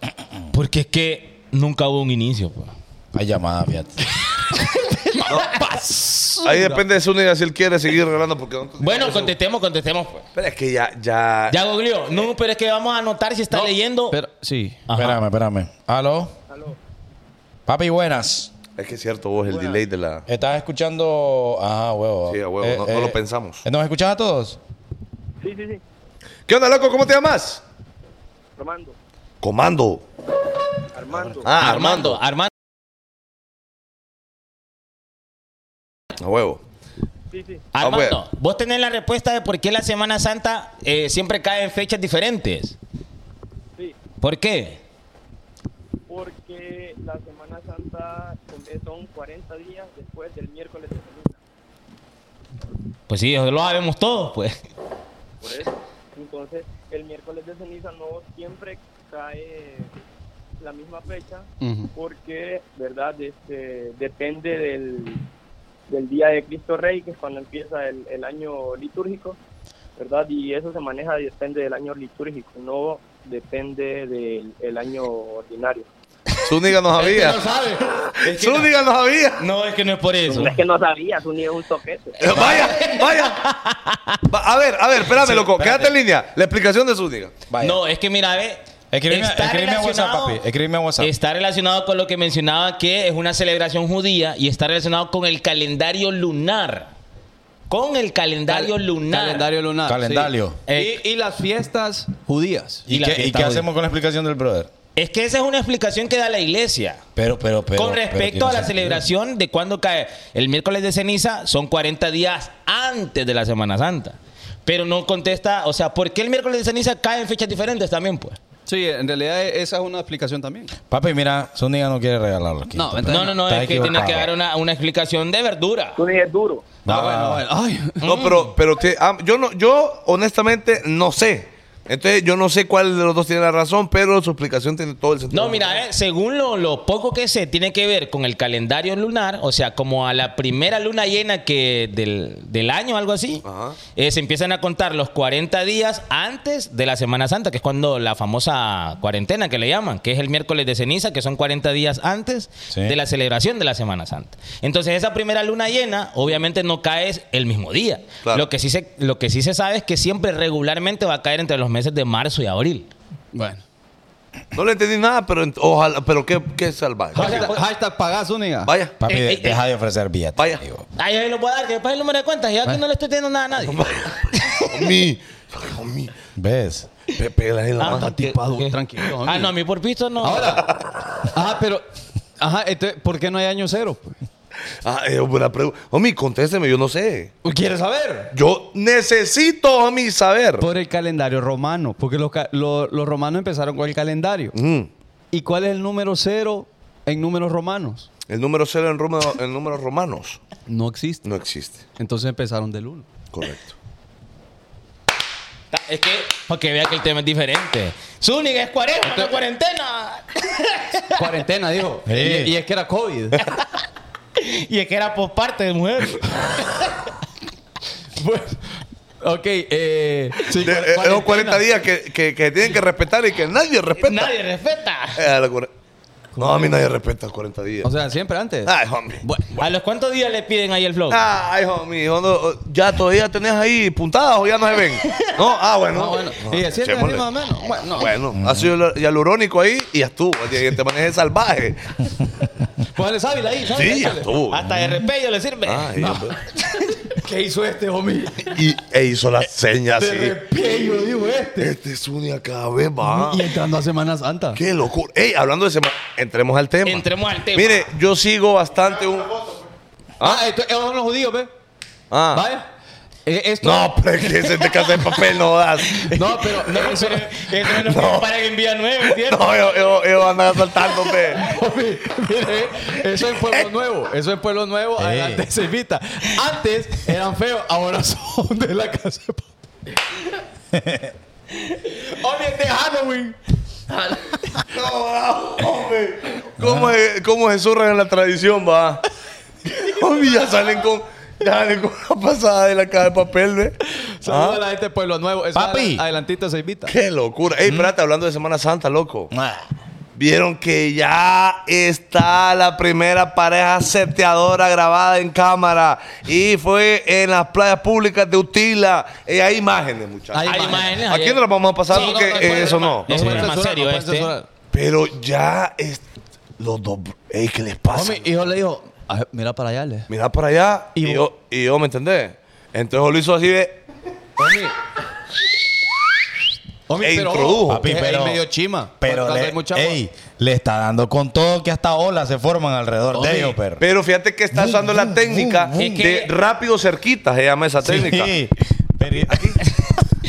Porque es que nunca hubo un inicio. pues.
Hay llamada, fíjate.
Ahí depende de su unidad si él quiere seguir regalando. Porque no-
Bueno, contestemos, contestemos. Pues.
Pero es que ya, ya.
Ya googleó. No, pero es que vamos a anotar si está leyendo.
Pero, sí.
Ajá.
Espérame, espérame. ¿Aló? Papi, buenas.
Es que es cierto, vos, el delay de la.
¿Estás escuchando? Ah, huevo. eh,
Sí, a huevo, no- no lo pensamos.
¿Nos escuchas a todos?
Sí, sí, sí,
¿Qué onda, loco? ¿Cómo te llamas?
Armando,
Comando.
Armando.
Ah,
Armando, Armando.
A huevo.
Sí, sí.
Ah,
Armando,
bueno.
vos tenés la respuesta de por qué la Semana Santa eh, siempre cae en fechas diferentes.
Sí,
¿Por qué?
porque la Semana Santa son 40 días después del miércoles de ceniza.
Pues sí, eso lo sabemos todos, pues.
Por eso. Entonces, el miércoles de ceniza no siempre cae la misma fecha
Ujú.
porque, ¿verdad? Este, depende del, del día de Cristo Rey, que es cuando empieza el, el año litúrgico, ¿verdad? Y eso se maneja y depende del año litúrgico, no depende del el año ordinario.
Zúñiga no
Este (laughs)
sabía. Zúñiga no sabía.
No, es que no es por eso.
No es que no sabías, un, un toquete.
Vaya, vaya. Va- A ver, a ver, espérame,
Sí,
loco.
espérate.
Quédate en línea. La explicación de Zúñiga. Vaya.
No, es que mira, ve.
Escríbeme,
está
escríbeme a WhatsApp,
relacionado- este
papi. Escríbeme a WhatsApp.
Está relacionado con lo que mencionaba que es una celebración judía y está relacionado con el calendario lunar. Con el calendario
Cal-
lunar.
Calendario lunar.
Calendario.
sí. Y, y las fiestas judías.
¿Y,
y la
qué, y
fiesta
qué
hoy.
hacemos con la explicación del brother?
Es que esa es una explicación que da la iglesia.
Pero, pero, pero.
con
pero tiene
respecto a la
sentido.
celebración de cuando cae el miércoles de ceniza, son 40 días antes de la Semana Santa. Pero no contesta, o sea, ¿por qué el miércoles de ceniza cae en fechas diferentes también, pues?
Sí, en realidad e- esa es una explicación también.
Papi, mira, Zúñiga no quiere regalarlo aquí.
No, entonces-
No, no, no,
Está
es que tiene
equivocado.
que dar una, una explicación de verdura.
Tú dices duro.
Ah,
Ah,
bueno, bueno. Ay.
No, pero, pero te- ah, yo no, yo honestamente no sé. Entonces yo no sé cuál de los dos tiene la razón, pero su explicación tiene todo el sentido.
No, mira, eh, según lo, lo poco que sé, tiene que ver con el calendario lunar, o sea, como a la primera luna llena que del, del año, algo así,
Ajá.
eh, se empiezan a contar los 40 días antes de la Semana Santa, que es cuando la famosa cuarentena que le llaman, que es el miércoles de ceniza, que son 40 días antes
Sí.
de la celebración de la Semana Santa. Entonces, esa primera luna llena, obviamente, no cae el mismo día.
Claro.
Lo, que sí se, lo que sí se sabe es que siempre regularmente va a caer entre los meses de marzo y abril.
Bueno.
No le entendí nada, pero ent- ojalá, pero qué, qué salvaje.
Hashtag, hashtag pagás, única.
Vaya.
Papi,
Eh,
de-
eh,
deja de ofrecer billetes.
Vaya.
amigo.
Ay, ahí lo voy a dar, que después el número de cuentas. Ya que no le estoy teniendo nada a nadie.
Homie. Homie.
¿Ves?
Pe- pégale la mano.
porque-
tipado,
Ah, que-
tranquilo,
Ah,
hombre.
no, a mí por pisto no.
Ahora. Ajá, pero. Ajá, entonces, ¿por qué no hay año cero? pues?
Ah, es buena pregunta. Homie, contésteme, yo no sé.
Pues, ¿Quieres saber?
Yo necesito, homie, saber.
Por el calendario romano, porque los, ca- lo- los romanos empezaron con el calendario.
Mm.
¿Y cuál es el número cero en números romanos?
El número cero en, Roma- en números romanos
No existe.
no existe.
Entonces empezaron del uno.
Correcto.
Es que, porque vea que el tema es diferente. Zúñiga es cuarentena, no cuarentena.
Cuarentena, (laughs) dijo.
Sí.
Y, y es que era COVID.
Y es que era por parte de mujer.
(laughs) bueno, ok. Eh, sí,
De- eh,
cuarentena.
esos 40 días que, que- que tienen que respetar y que nadie respeta.
Nadie respeta.
Eh, la cuare- no, a mí nadie respeta los 40 días.
O sea, siempre antes.
Ay, homie.
¿A los cuántos días le piden ahí el flow?
Ay, homie. yo no- ya todavía tenés ahí puntadas o ya no se ven. No, ah, bueno.
Ah, bueno.
No,
Y así es
echémosle.
más o menos. Bueno,
Bueno, ha sido el hialurónico ahí y ya estuvo. Y te manejes salvaje.
Ponle sábila ahí, sábila,
Sí, ya
échale.
estuvo.
Hasta de repello le sirve.
Ay, hombre.
¿Qué hizo este, homie?
y e hizo las señas así.
Yo digo este.
Este es un cada vez más.
Y entrando a Semana Santa.
Qué locura. Ey, hablando de semana, entremos al tema.
Entremos al tema.
Mire, yo sigo bastante un.
Ah, esto esos son los judíos, ¿ves?
Ah.
Vaya. Eh, esto.
No, pero es que ese de casa de papel no
(laughs)
das.
No, pero. (laughs) No, eso-
Eso no es
No.
para que envía nueve, ¿cierto?
No, ellos, ellos- ellos andan asaltándote.
Homie, mire, eso es Pueblo Nuevo. Eso es Pueblo Nuevo.
Ey.
Adelante, se invita. Antes eran feos, ahora son de la casa de papel. (laughs) Homie, es de Halloween.
No, hombre. ¿Cómo,
Ah.
es- cómo se zurran en la tradición, va? Hombre, ya salen con. Ya salen con una pasada de la caja de papel, ¿ve?
Saludos a la gente de Pueblo Nuevo. Eso
Papi.
adela- Adelantito se invita.
Ah, Qué locura.
Mm.
Ey, espérate, hablando de Semana Santa, loco.
Ah.
Vieron que ya está la primera pareja seteadora grabada en cámara. Y fue en las playas públicas de Utila. Eh, hay imágenes, muchachos.
Hay
Hay
imágenes.
imágenes.
Aquí no las vamos a pasar porque eh, eso no.
Es
pueden
más
censurar,
serio
pueden
este.
censurar.
Pero ya es. Los dos. Ey, ¿qué les pasa?
Homie, hijo le dijo, "Ah, mira para allá, le.
Mira para allá.
Y
Y, yo, y yo, ¿me entendés? Entonces lo hizo así de.
Homie. Homie,
E
pero,
introdujo.
ojo,
Papi,
es-
pero-
es medio chima.
Pero
Cuando
le,
hay mucha agua.
ey, le está dando con todo que hasta olas se forman alrededor
Oye,
de ellos, perro.
Pero fíjate que está usando la técnica
boom.
(laughs)
de rápido cerquita, se llama esa técnica.
Sí, pero-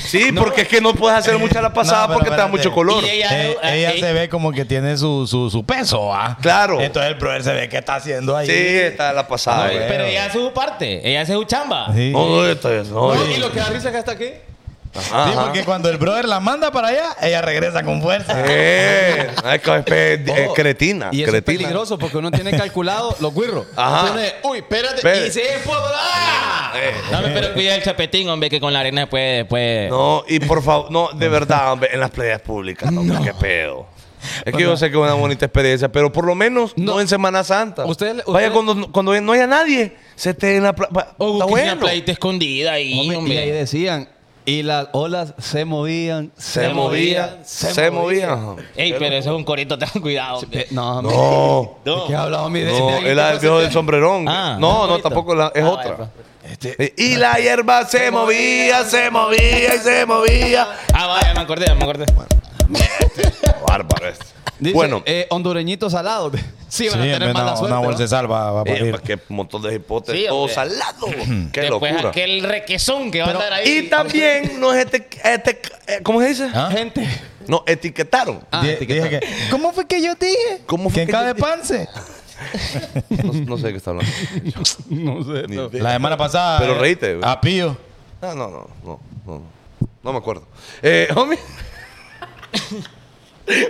Sí, porque es que no puedes hacer mucha la pasada
No, pero
porque te da
espérate.
mucho color.
Y ella,
Eh,
eh,
ella
eh,
se ve como que tiene su, su, su peso, ¿ah?
Claro.
Entonces el brother se ve que está haciendo ahí.
Sí, está la pasada.
No,
eh.
Pero ella hace su parte, ella hace su chamba.
Sí.
No, no, esto es- no,
No,
eh.
y lo que da risa es que hasta aquí.
Ajá,
Sí,
ajá.
porque cuando el brother la manda para allá, ella regresa con fuerza.
Eh, es que es pe- es eh, cretina.
Y eso es
cretina.
peligroso porque uno tiene calculado los güirros.
Ajá.
Entonces, Uy, espérate.
Espérate.
Y se fue. ¡Ah!
Eh,
No, hombre, pero cuida el chapetín, hombre, que con la arena puede. puede.
No, y por favor, no, de verdad, hombre, en las playas públicas, no, hombre, qué pedo. Es que yo sé que es una bonita experiencia, pero por lo menos no, en Semana Santa.
Ustedes-
Vaya
ustedes-
cuando, cuando no haya nadie, se esté en la playa.
O
Está
que sea una
bueno.
playita escondida ahí,
Hombre,
hombre.
y ahí decían, y las olas se movían,
Se movía, se movía.
Ey, pero eso es un corito, ten cuidado. hombre.
Eh, No, hombre.
No,
¿De ¿Qué hablaba mi
no, es la del viejo del sombrerón.
Ah.
no, no, tampoco la- es
Ah,
otra.
vaya,
Este- y la hierba se movía, se movía y se movía.
Ah, vaya, me acordé, me acordé.
Bárbaro este, este.
bueno.
Bueno.
eh,
eh, hondureñito salado. (laughs) Sí, van a tener
hombre,
mala
una,
suerte.
una bolsa de salva va a
Eh,
parir.
pa' qué montón de hipotes.
Sí,
todo
hombre. (clears throat)
salado. Qué
Después
locura.
aquel requesón que va a andar ahí.
Y
(laughs)
también nos este, este- eh, ¿cómo se dice?
¿Ah?
Gente.
Nos etiquetaron.
Ah,
Di-
etiquetado.
dije que, ¿Cómo fue que yo dije?
¿Cómo fue
que en
que
cada
yo
(laughs)
dije?
pance?
No, no sé de qué está
(laughs)
hablando.
No sé.
Ni
no.
idea.
La semana pasada.
Pero
eh,
reíte, güey.
A (clears throat) Pío.
Ah, no, no, no, no, no. No me acuerdo. Eh, (laughs) homie.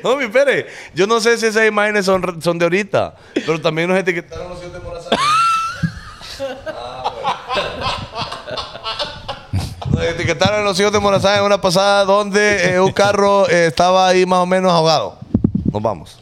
homie, espere. Yo no sé si esas imágenes son, son de ahorita, pero también nos etiquetaron los siete morazos. Ah, Nos (laughs) etiquetaron los hijos de Morazán en una pasada donde eh, un carro eh, estaba ahí más o menos ahogado. Nos vamos.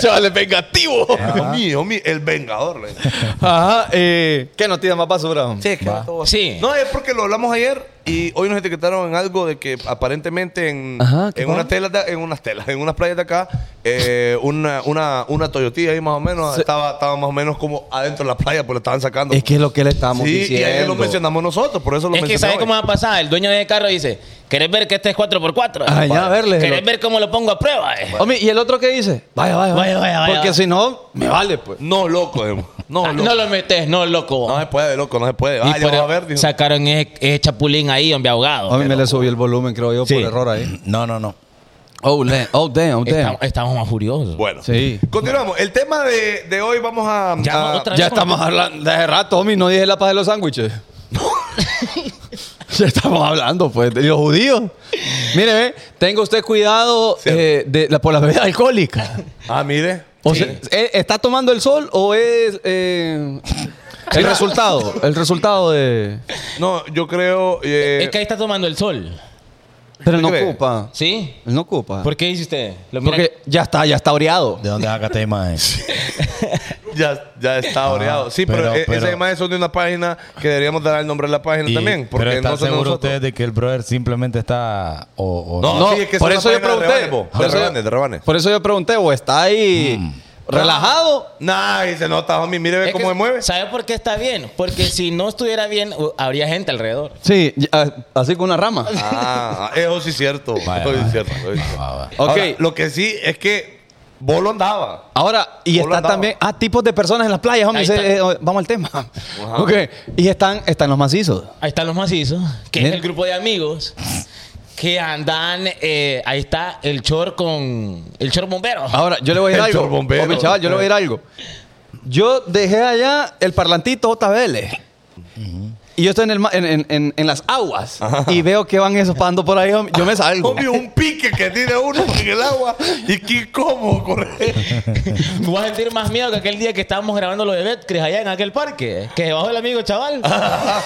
Chavales, vengativo.
Homie, homie, el vengador. le dicen.
Ajá. Eh, ¿Qué no tira más basura? hombre?
Sí, es que no todo-
Sí.
No, es porque lo hablamos ayer y hoy nos etiquetaron en algo de que aparentemente en,
Ajá, ¿qué
en unas
cosa?
telas, de- en unas telas, en unas playas de acá, eh, una, una, una Toyotilla ahí más o menos, estaba, estaba más o menos como adentro de la playa, pues la estaban sacando.
Es que es lo que le estamos
sí, y
diciendo.
ayer lo mencionamos nosotros, por eso lo
Es que
mencioné
¿sabes
hoy.
cómo va a pasar? El dueño del carro dice, ¿querés ver que este es 4x4?
Ah, ya, a verle.
¿Querés ver cómo lo pongo a prueba? eh?
Hombre, ¿y el otro qué dice? Vaya, vaya,
Vaya,
vaya.
vaya, vaya.
Porque si no, me vale, pues.
No, loco, Demo. no,
Ah,
loco.
No lo metes, no, loco.
No se puede, loco, no se puede. Ah,
Y
ya
por-
vamos a ver, dijo.
Sacaron ese, ese chapulín ahí, hombre, ahogado.
Hombre, me le subió el volumen, creo yo, por error ahí.
No, no, no.
(clears throat) Oh, le- oh, damn, oh, damn.
Estamos, estamos más furiosos.
Bueno,
Sí.
continuamos. El tema de, de hoy vamos a...
Ya,
a-
otra.
Ya estamos hablando de hace rato, homie, no dije la paz de los (laughs) sándwiches. ya estamos hablando, pues, de los judíos. Mire, ve, tenga usted cuidado eh, de la, por la bebida alcohólica.
Ah, mire.
O sea, ¿eh, ¿está tomando el sol o es eh, el resultado? El resultado de.
No, yo creo... eh,
Es que ahí está tomando el sol.
Pero no
¿Qué ve?
ocupa.
¿Sí?
Él no
Ah.
ocupa.
¿Por qué dice usted? Lo mira-
Porque ya está, ya está oreado.
¿De dónde (laughs) sacaste imagen?
Ya, ya está oreado. Sí, pero,
Ah, pero-
eh,
pero-
esas imágenes son de una página que deberíamos dar el nombre de la página
Y-
también. Porque
pero ¿están
no son de
seguros
nosotros.
ustedes de que el brother simplemente está o, o
No,
No,
sí, es que
por
es
eso
una
yo
página
pregunté.
De rebanes,
Por
po. de
eso-
rebanes, de rebanes.
Por eso yo pregunté, o está ahí relajado.
Nah, y se nota, homie. Mire ve
Es que-
cómo se mueve.
¿Sabe por qué está bien? Porque si no estuviera bien, uh, habría gente alrededor.
Sí, ya- así con una rama.
Ah, eso sí es cierto.
Vaya,
eso sí es
vaya.
cierto. eso sí es
Va, va.
cierto. Ahora,
Ok.
lo que sí es que Bolo andaba.
Ahora, y
Hola,
está
andaba.
también. Ah, tipos de personas en las playas, homie.
Ahí
se-
está.
eh, eh, vamos al tema. Ok. Y están, están los macizos.
Ahí están los macizos, que
Bien.
es el grupo de amigos que andan. eh, ahí está el chor con. El chor bombero.
Ah.
(laughs)
Ahora, yo le voy a
El
decir algo.
chorbombero.
Homie, chaval, yo le voy a decir algo. Yo dejé allá el parlantito JBL. Y yo estoy en, el ma- en, en- en- en las aguas y veo que van esos pando por ahí. homie. Yo me salgo.
Homie, un pique que tiene uno en el agua. Y qué
(laughs)
cómo correr.
Me voy a sentir más miedo que aquel día que estábamos grabando lo de Betcris allá en aquel parque. Que debajo del amigo, chaval.
Ah.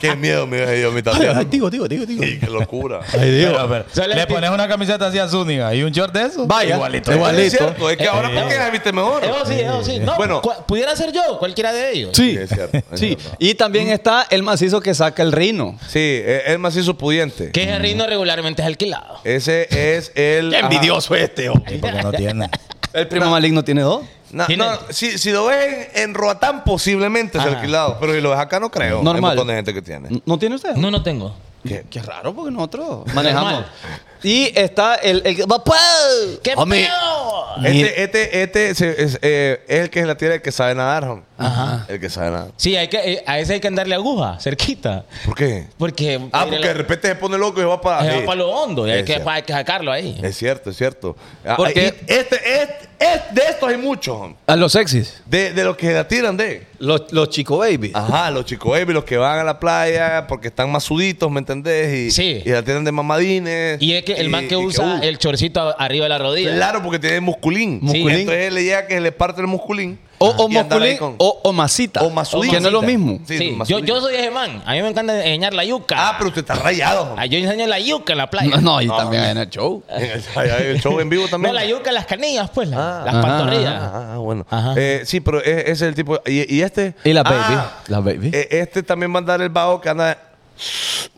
qué miedo me dio yo a mí también. Digo, digo, digo, digo. Qué locura.
Ay, Dios. Pero, pero,
Sale
le
aquí.
pones una camiseta así a Zúñiga y un short de eso.
Vaya,
Igualito.
igualito.
Es cierto. Es que
Eh,
ahora,
eh,
¿por qué la viste mejor?
Eso sí, eso sí. No,
Bueno.
cu- pudiera ser yo, cualquiera de ellos.
Sí.
es cierto, es
Sí.
cierto.
Y también está el macizo que saca el rino.
Sí, eh, es macizo pudiente.
Que ese reino regularmente es alquilado.
Ese es el.
Qué
ajá.
envidioso este, hombre.
Sí, porque no tiene.
El primo maligno tiene dos.
No,
¿Tiene?
no, si, si lo ves en, en Roatán, posiblemente es
Ajá.
alquilado. Pero si lo ves acá, no creo. Hay un
Normal.
montón de gente que tiene.
¿No tiene usted?
No, no tengo.
¿Qué?
Qué raro porque nosotros manejamos.
Normal.
Y está el, el
¡Qué
Homie,
pedo!
Este, este, este se- es, eh, es el que se la tiene el que sabe nadar, homie. El que sabe nadar.
Sí, hay que, eh, a ese hay que andarle aguja, cerquita.
¿Por qué?
Porque.
Ah, porque de repente se pone loco y va para,
se va para lo hondo y hay
Ah, Es
que,
cierto.
hay que sacarlo ahí.
Es cierto, es cierto. Ah,
Porque-
y este, este- este- de estos hay muchos, homie.
A los sexys. Ah.
de, de los que se la tiran de.
Los, los chico baby.
(laughs) Ajá, los chicos baby, los que van a la playa porque están más suditos, ¿me entendés? Y,
Sí.
y la tienen de mamadines.
Y es que el man que
y
usa
uh,
el chorcito a- arriba de la rodilla.
Claro, porque tiene musculín.
Musculín.
Entonces él le llega que se le parte el musculín.
O,
Ajá.
o
Y andar ahí con-
masculín o, o masita.
O masudita.
Que no es lo mismo.
Sí,
Sí, yo,
masudita.
yo soy ese man. A mí me encanta enseñar la yuca.
Ah, pero usted está rayado. hombre.
Ah, yo enseño la yuca en la playa.
(laughs) No, no, y también en el show.
(laughs) Ay, ay, el show en vivo también.
(laughs) No, la yuca, las canillas, pues, la-
Ah.
las
Ajá,
pantorrillas.
Ah, ah, bueno.
Ajá.
Eh, sí, pero e- ese es el tipo. ¿Y, y este?
Y la baby.
Ah,
La baby.
eh, este también va a andar el vago que anda.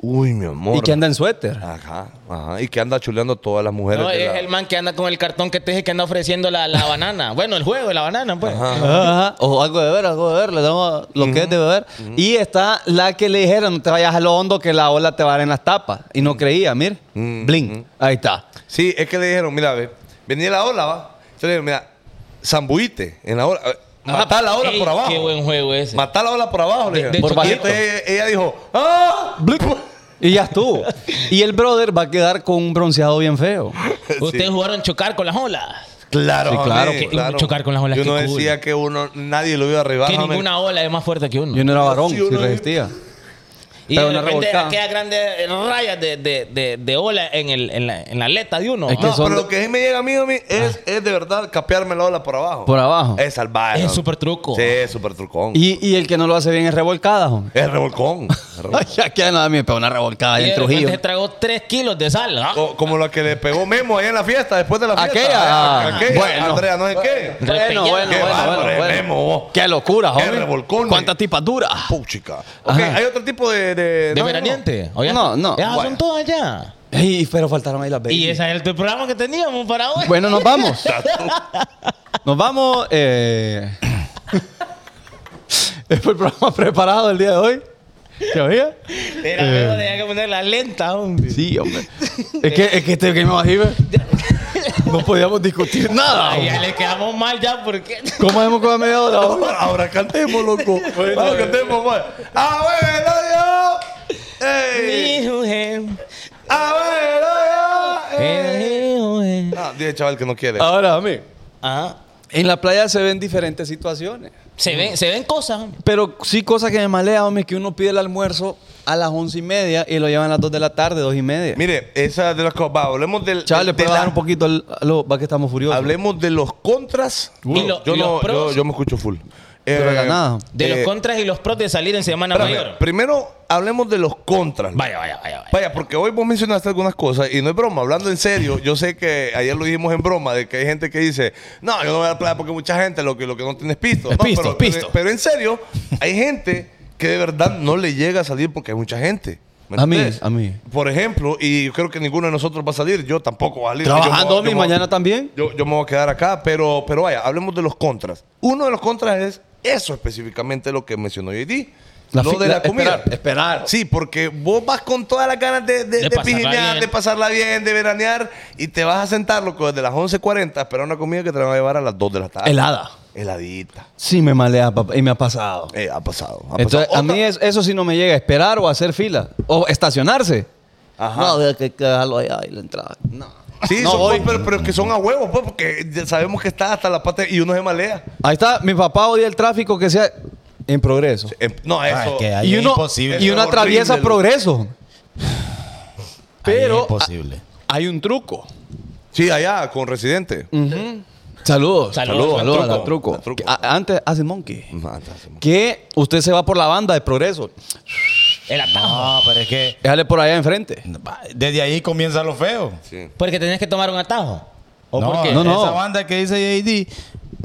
Uy, mi amor.
y que anda en suéter.
Ajá, ajá. Y que anda chuleando a todas las mujeres.
No,
de
es
la-
el man que anda con el cartón que te dije que anda ofreciendo la, la banana. (laughs) Bueno, el juego de la banana, pues.
Ajá. O algo de beber, algo de beber, le damos lo que es de beber. Y está la que le dijeron, no te vayas a lo hondo que la ola te va a dar en las tapas. Y no creía, mire.
Mm,
Bling. Ahí está.
Sí, es que le dijeron, mira, ve, venía la ola, va. Yo le digo, mira, zambuite en la ola. eh, Matá la ola
Ah, Ey,
por abajo.
Qué buen juego ese.
Matá la ola por abajo, le
De-
dijeron.
de
Y
chiquito.
entonces ella, ella dijo, ¡ah!
Y ya estuvo. y el brother va a quedar con un bronceado bien feo.
Ustedes
Sí.
jugaron chocar con las olas.
Claro,
Sí, claro,
hombre,
que- chocar con las olas,
Yo
qué
no
cool.
decía que uno, nadie lo iba a arribar.
que
hombre.
ninguna ola es más fuerte que uno.
Yo no era varón,
Sí,
si
uno-
resistía.
y
Pero
de
una
repente
revolcada.
aquellas grandes rayas de, de, de, de ola en, el, en, la, en la aleta de Ah. uno.
Es que
No,
No,
son-
pero lo que sí me llega a mí, a mí, es, es de verdad capearme la ola por abajo.
Por abajo.
Es salvaje.
Es
¿no?
súper truco.
Sí, es súper trucón.
Y, y el que no lo hace bien es revolcada, hombre.
Es revolcón.
(laughs)
Es revolcón.
Ay, ya queda nada mí, pero una revolcada
y
ahí
de
en
repente
Trujillo. Oh,
se tragó tres kilos de sal. ¿ah?
Co- como la que le pegó Memo ahí en la fiesta, después de la fiesta.
Ah,
Aquella.
Aquella,
Bueno.
Andrea, no sé qué.
Bueno,
Qué
bueno,
Qué
bueno,
bárbaro,
bueno,
es
bueno.
Memo, vos.
Qué locura,
Qué
hombre.
revolcón,
¿Cuántas
eh.
tipas duras?
Puchica. Ok,
Ajá.
hay otro tipo de. ¿De,
¿De
no,
veraniente? ¿O ya-
No, no.
Ya
Bueno.
Ah, son todas ya.
Ey, pero faltaron ahí las baby.
Y ese es el programa que teníamos para hoy.
Bueno,
(laughs)
nos vamos. Nos vamos. Eh... (laughs) Este fue el programa preparado del día de hoy. ¿Te oía?
Era
eh.
luego tenía que poner la lenta, hombre.
Sí, hombre. es que, es que este Game of Thrones, No podíamos discutir nada.
Ay, ya
hombre.
le quedamos mal ya porque...
¿Cómo hemos con media hora? hombre?
Ahora cantemos, loco. Ahora cantemos, pues. ¡A ver, adiós!
(laughs)
¡Ey! ¡A ver, adiós!
Eh.
¡Ey! Ah, dile, chaval, que no quiere.
Ahora, a mí.
Ajá.
En la playa se ven diferentes situaciones.
Ah, Se ven, se ven cosas. hombre.
Pero sí, cosa que me malea, hombre, que uno pide el almuerzo a las once y media y lo llevan a las dos de la tarde, dos y media.
Mire, esa de las cosas. Va, hablemos del.
Chaval, le
de
puedes
la-
bajar un poquito al, lo, va que estamos furiosos.
Hablemos de los contras.
Y lo-
yo,
y
no,
los pros.
yo, yo me escucho full.
Pero ganado.
De los
eh,
contras y los pros de salir en Semana
espérame,
Mayor.
primero hablemos de los contras.
Vaya, vaya, vaya. vaya.
Vaya, porque hoy vos mencionaste algunas cosas y no es broma, hablando en serio, yo sé que ayer lo dijimos en broma, de que hay gente que dice, no, yo no voy a la playa porque mucha gente lo que, lo que no tiene es pisto.
Es
No,
pisto,
pero, eh,
pisto.
Pero, en serio, hay gente que de verdad no le llega a salir porque hay mucha gente. ¿me
A mí,
entendés?
a mí.
Por ejemplo, y yo creo que ninguno de nosotros va a salir, yo tampoco voy a salir.
Trabajando,
Yo me voy- yo
homie,
me voy-
mañana también.
yo, yo me voy a quedar acá, pero, pero vaya, hablemos de los contras. Uno de los contras es eso específicamente lo que mencionó JD.
La
lo
fi-
de
la-
la comida.
esperar, esperar.
Sí, porque vos vas con todas las ganas de, de,
De
de
pasarla
pijinear,
bien.
de pasarla bien, de veranear, y te vas a sentar, loco, desde las 11.40 a esperar una comida que te la van a llevar a las 2 de la tarde.
Helada.
Heladita.
Sí, me malea, papá, y me ha pasado.
Eh, ha pasado. ha
Entonces,
pasado.
a mí
Otra-
es- eso sí no me llega, esperar o hacer fila, o estacionarse.
Ajá.
No, de que hay que dejarlo allá y la entrada. No.
Sí,
no
son-
voy.
pero, pero que son a huevos, pues, porque ya sabemos que está hasta la parte y uno se malea.
Ahí está, mi papá odia el tráfico que sea en progreso.
Eh, no, eso.
Ah, es que ahí
Y
es
uno,
imposible.
y
Eso
uno
es
atraviesa
horrible,
progreso.
Ahí
Pero
es imposible.
a- hay un truco.
Sí, allá, con residente.
Mm. Saludos.
Saludos,
Saludos
al
al
truco.
truco.
Al truco.
Que a- antes hace monkey.
Fantástico.
Que usted se va por la banda de progreso.
El atajo.
No, pero es que
Déjale por allá enfrente.
va, desde ahí comienza lo feo.
Sí.
Porque tenías que tomar un atajo. ¿O
No,
por qué?
no,
no.
Esa banda que dice JD,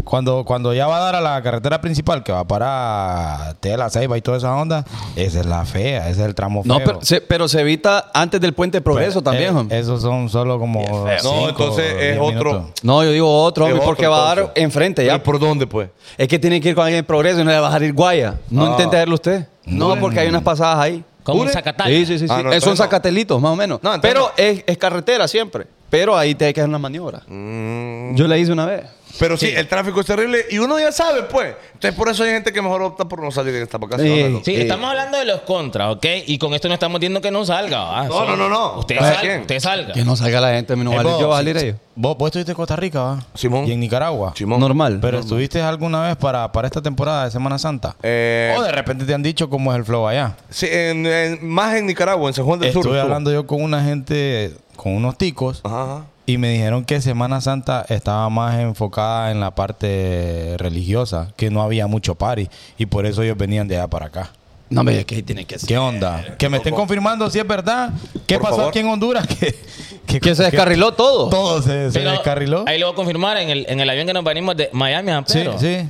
cuando, cuando ya va a dar a la carretera principal, que va para Tela, Ceiba y toda esa onda, esa es la fea, ese es el tramo feo.
No, pero se, pero se evita antes del puente de progreso también,
Eh,
hombre.
Esos son solo como.
No,
cinco,
entonces es
diez
otro.
minutos.
No, yo digo otro,
Es
hombre,
otro,
porque va a dar
entonces.
enfrente ya.
¿Pero por dónde, pues?
Es que tiene que ir con alguien de progreso y no le va a dejar ir guaya. No
Ah.
intente verlo usted. No, porque hay unas pasadas ahí.
Como un
¿Pure?
zacatal.
Sí, sí, sí. sí.
Ah, no,
Eh, son
entonces no.
zacatelitos, más o menos.
No, entonces
pero
no.
es, es carretera siempre. Pero ahí te hay que hacer una maniobra.
Mm.
Yo la hice una vez.
Pero sí, el tráfico es terrible y uno ya sabe, pues. Entonces, por eso hay gente que mejor opta por no salir en esta vacaciones.
Sí.
loco.
Eh,
Sí, estamos hablando de los contras, ¿ok? Y con esto no estamos diciendo que no salga. ¿va?
No,
Sí.
no, no, no.
Usted,
Cada
sal-
quien.
usted salga.
Que no salga la gente, a mí no
Eh,
vale.
vos,
Yo voy a salir
sí,
ellos.
Vos, vos estuviste en Costa Rica, ¿va?
Simón.
Y en Nicaragua.
Simón.
Normal.
Pero estuviste alguna vez para, para esta temporada de Semana Santa.
Eh,
o de repente te han dicho cómo es el flow allá.
sí, en- en- más en Nicaragua, en San Juan del
Estuve
Sur. estuvo.
hablando yo con una gente, con unos ticos,
Ajá, ajá.
y me dijeron que Semana Santa estaba más enfocada en la parte religiosa, que no había mucho party, y por eso ellos venían de allá para acá.
No me digas que ahí tiene que ser.
¿Qué onda? Que me estén confirmando si es verdad. ¿Qué
eh, Por
pasó
favor.
aquí en Honduras? (laughs) Que,
Que se descarriló todo.
Todo se, se
Pero
descarriló.
Ahí lo voy a confirmar en el, en el avión que nos venimos de Miami a San
Sí,
Pedro.
sí.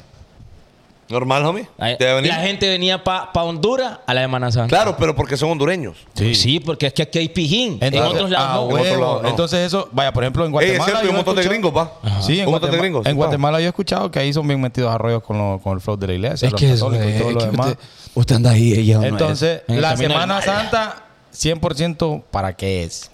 Normal, homie.
Ahí-
Te va a venir.
la gente venía para Honduras a la Semana Santa.
Claro, pero porque son hondureños.
Sí. porque es que aquí hay pijín. en otros lados
ah,
no.
huevo.
En otros lados no.
Entonces eso, vaya, por ejemplo, en
Ey,
Guatemala...
es cierto, hay
yo
un
he
montón de
escuchado-
gringos, va.
Sí, en
un montón de
Guatemala,
gringos.
en
va.
Guatemala yo he escuchado que ahí son bien metidos a rollos con, lo- con el flow de la iglesia,
Es
los
que eso
católicos
es,
y todo
es
lo
que
demás.
usted, usted anda ahí, ella no es.
Entonces,
en el
la
camino del
Semana
mal.
Santa, 100% ¿para qué es?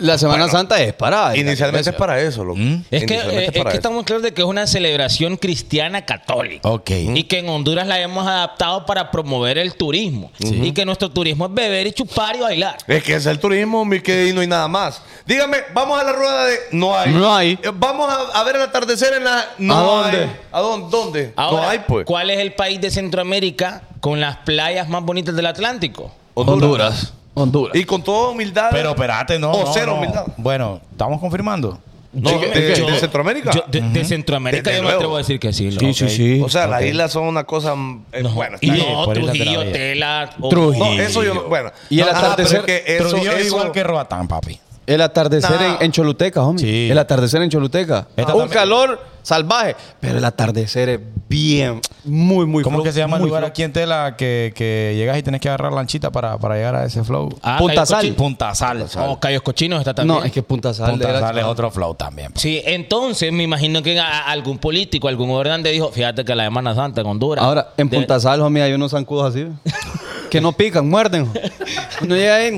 la Semana Santa es para.
Inicialmente es para eso, loco.
¿Mm?
Es que,
Inicialmente
eh, es que
para eso.
estamos claros de que es una celebración cristiana católica.
Ok.
Y que en Honduras la hemos adaptado para promover el turismo. Y que nuestro turismo es beber y chupar y bailar.
Es que es el turismo, mi querido, y no hay nada más. Dígame, vamos a la rueda de. No hay.
No hay.
Eh, Vamos a, a ver el atardecer en la. No
¿A
hay.
dónde?
¿A dónde? ¿Dónde?
Ahora,
no hay, pues.
¿cuál es el país de Centroamérica con las playas más bonitas del Atlántico?
Honduras. Honduras.
Y con toda humildad.
Pero ah, espérate, no.
O
no,
cero
no.
humildad.
Bueno, estamos confirmando.
No,
Yo-
de, de-
yo-
de Centroamérica.
yo- de, de Centroamérica
Desde
yo me
luego.
atrevo a decir que sí. loco.
Sí, sí, sí.
o sea, las islas son una cosa. eh, bueno, está
Y
Sí,
bien.
no,
por Islas de la
Trujillo,
Bahía.
Tela... o-
Trujillo.
No, eso yo. no- Bueno.
Y el
No, ajá, pero es
atardecer-
que eso-
Trujillo es
eso-
igual que Roatán, papi.
El atardecer
Nah.
en, en Choluteca, homie.
Sí.
El atardecer en Choluteca.
Esta
Un
también-
calor salvaje. Pero el atardecer es bien, muy, muy
¿Cómo
flow,
que se llama el
muy
lugar
flow.
aquí en Tela que, que llegas y tenés que agarrar lanchita para, para llegar a ese flow?
Ah,
Punta
Cayo
Sal.
Cochino.
Punta Sal.
Oh, Cayos Cochinos está también.
No, es que Punta Sal.
Punta
era-
Sal es otro flow también. pa.
Sí, entonces me imagino que a- a algún político, algún gobernante dijo, fíjate que la Semana Santa en Honduras.
Ahora, en
de-
Punta Sal, homie, hay unos zancudos así. que no pican, muerden. No llega ahí.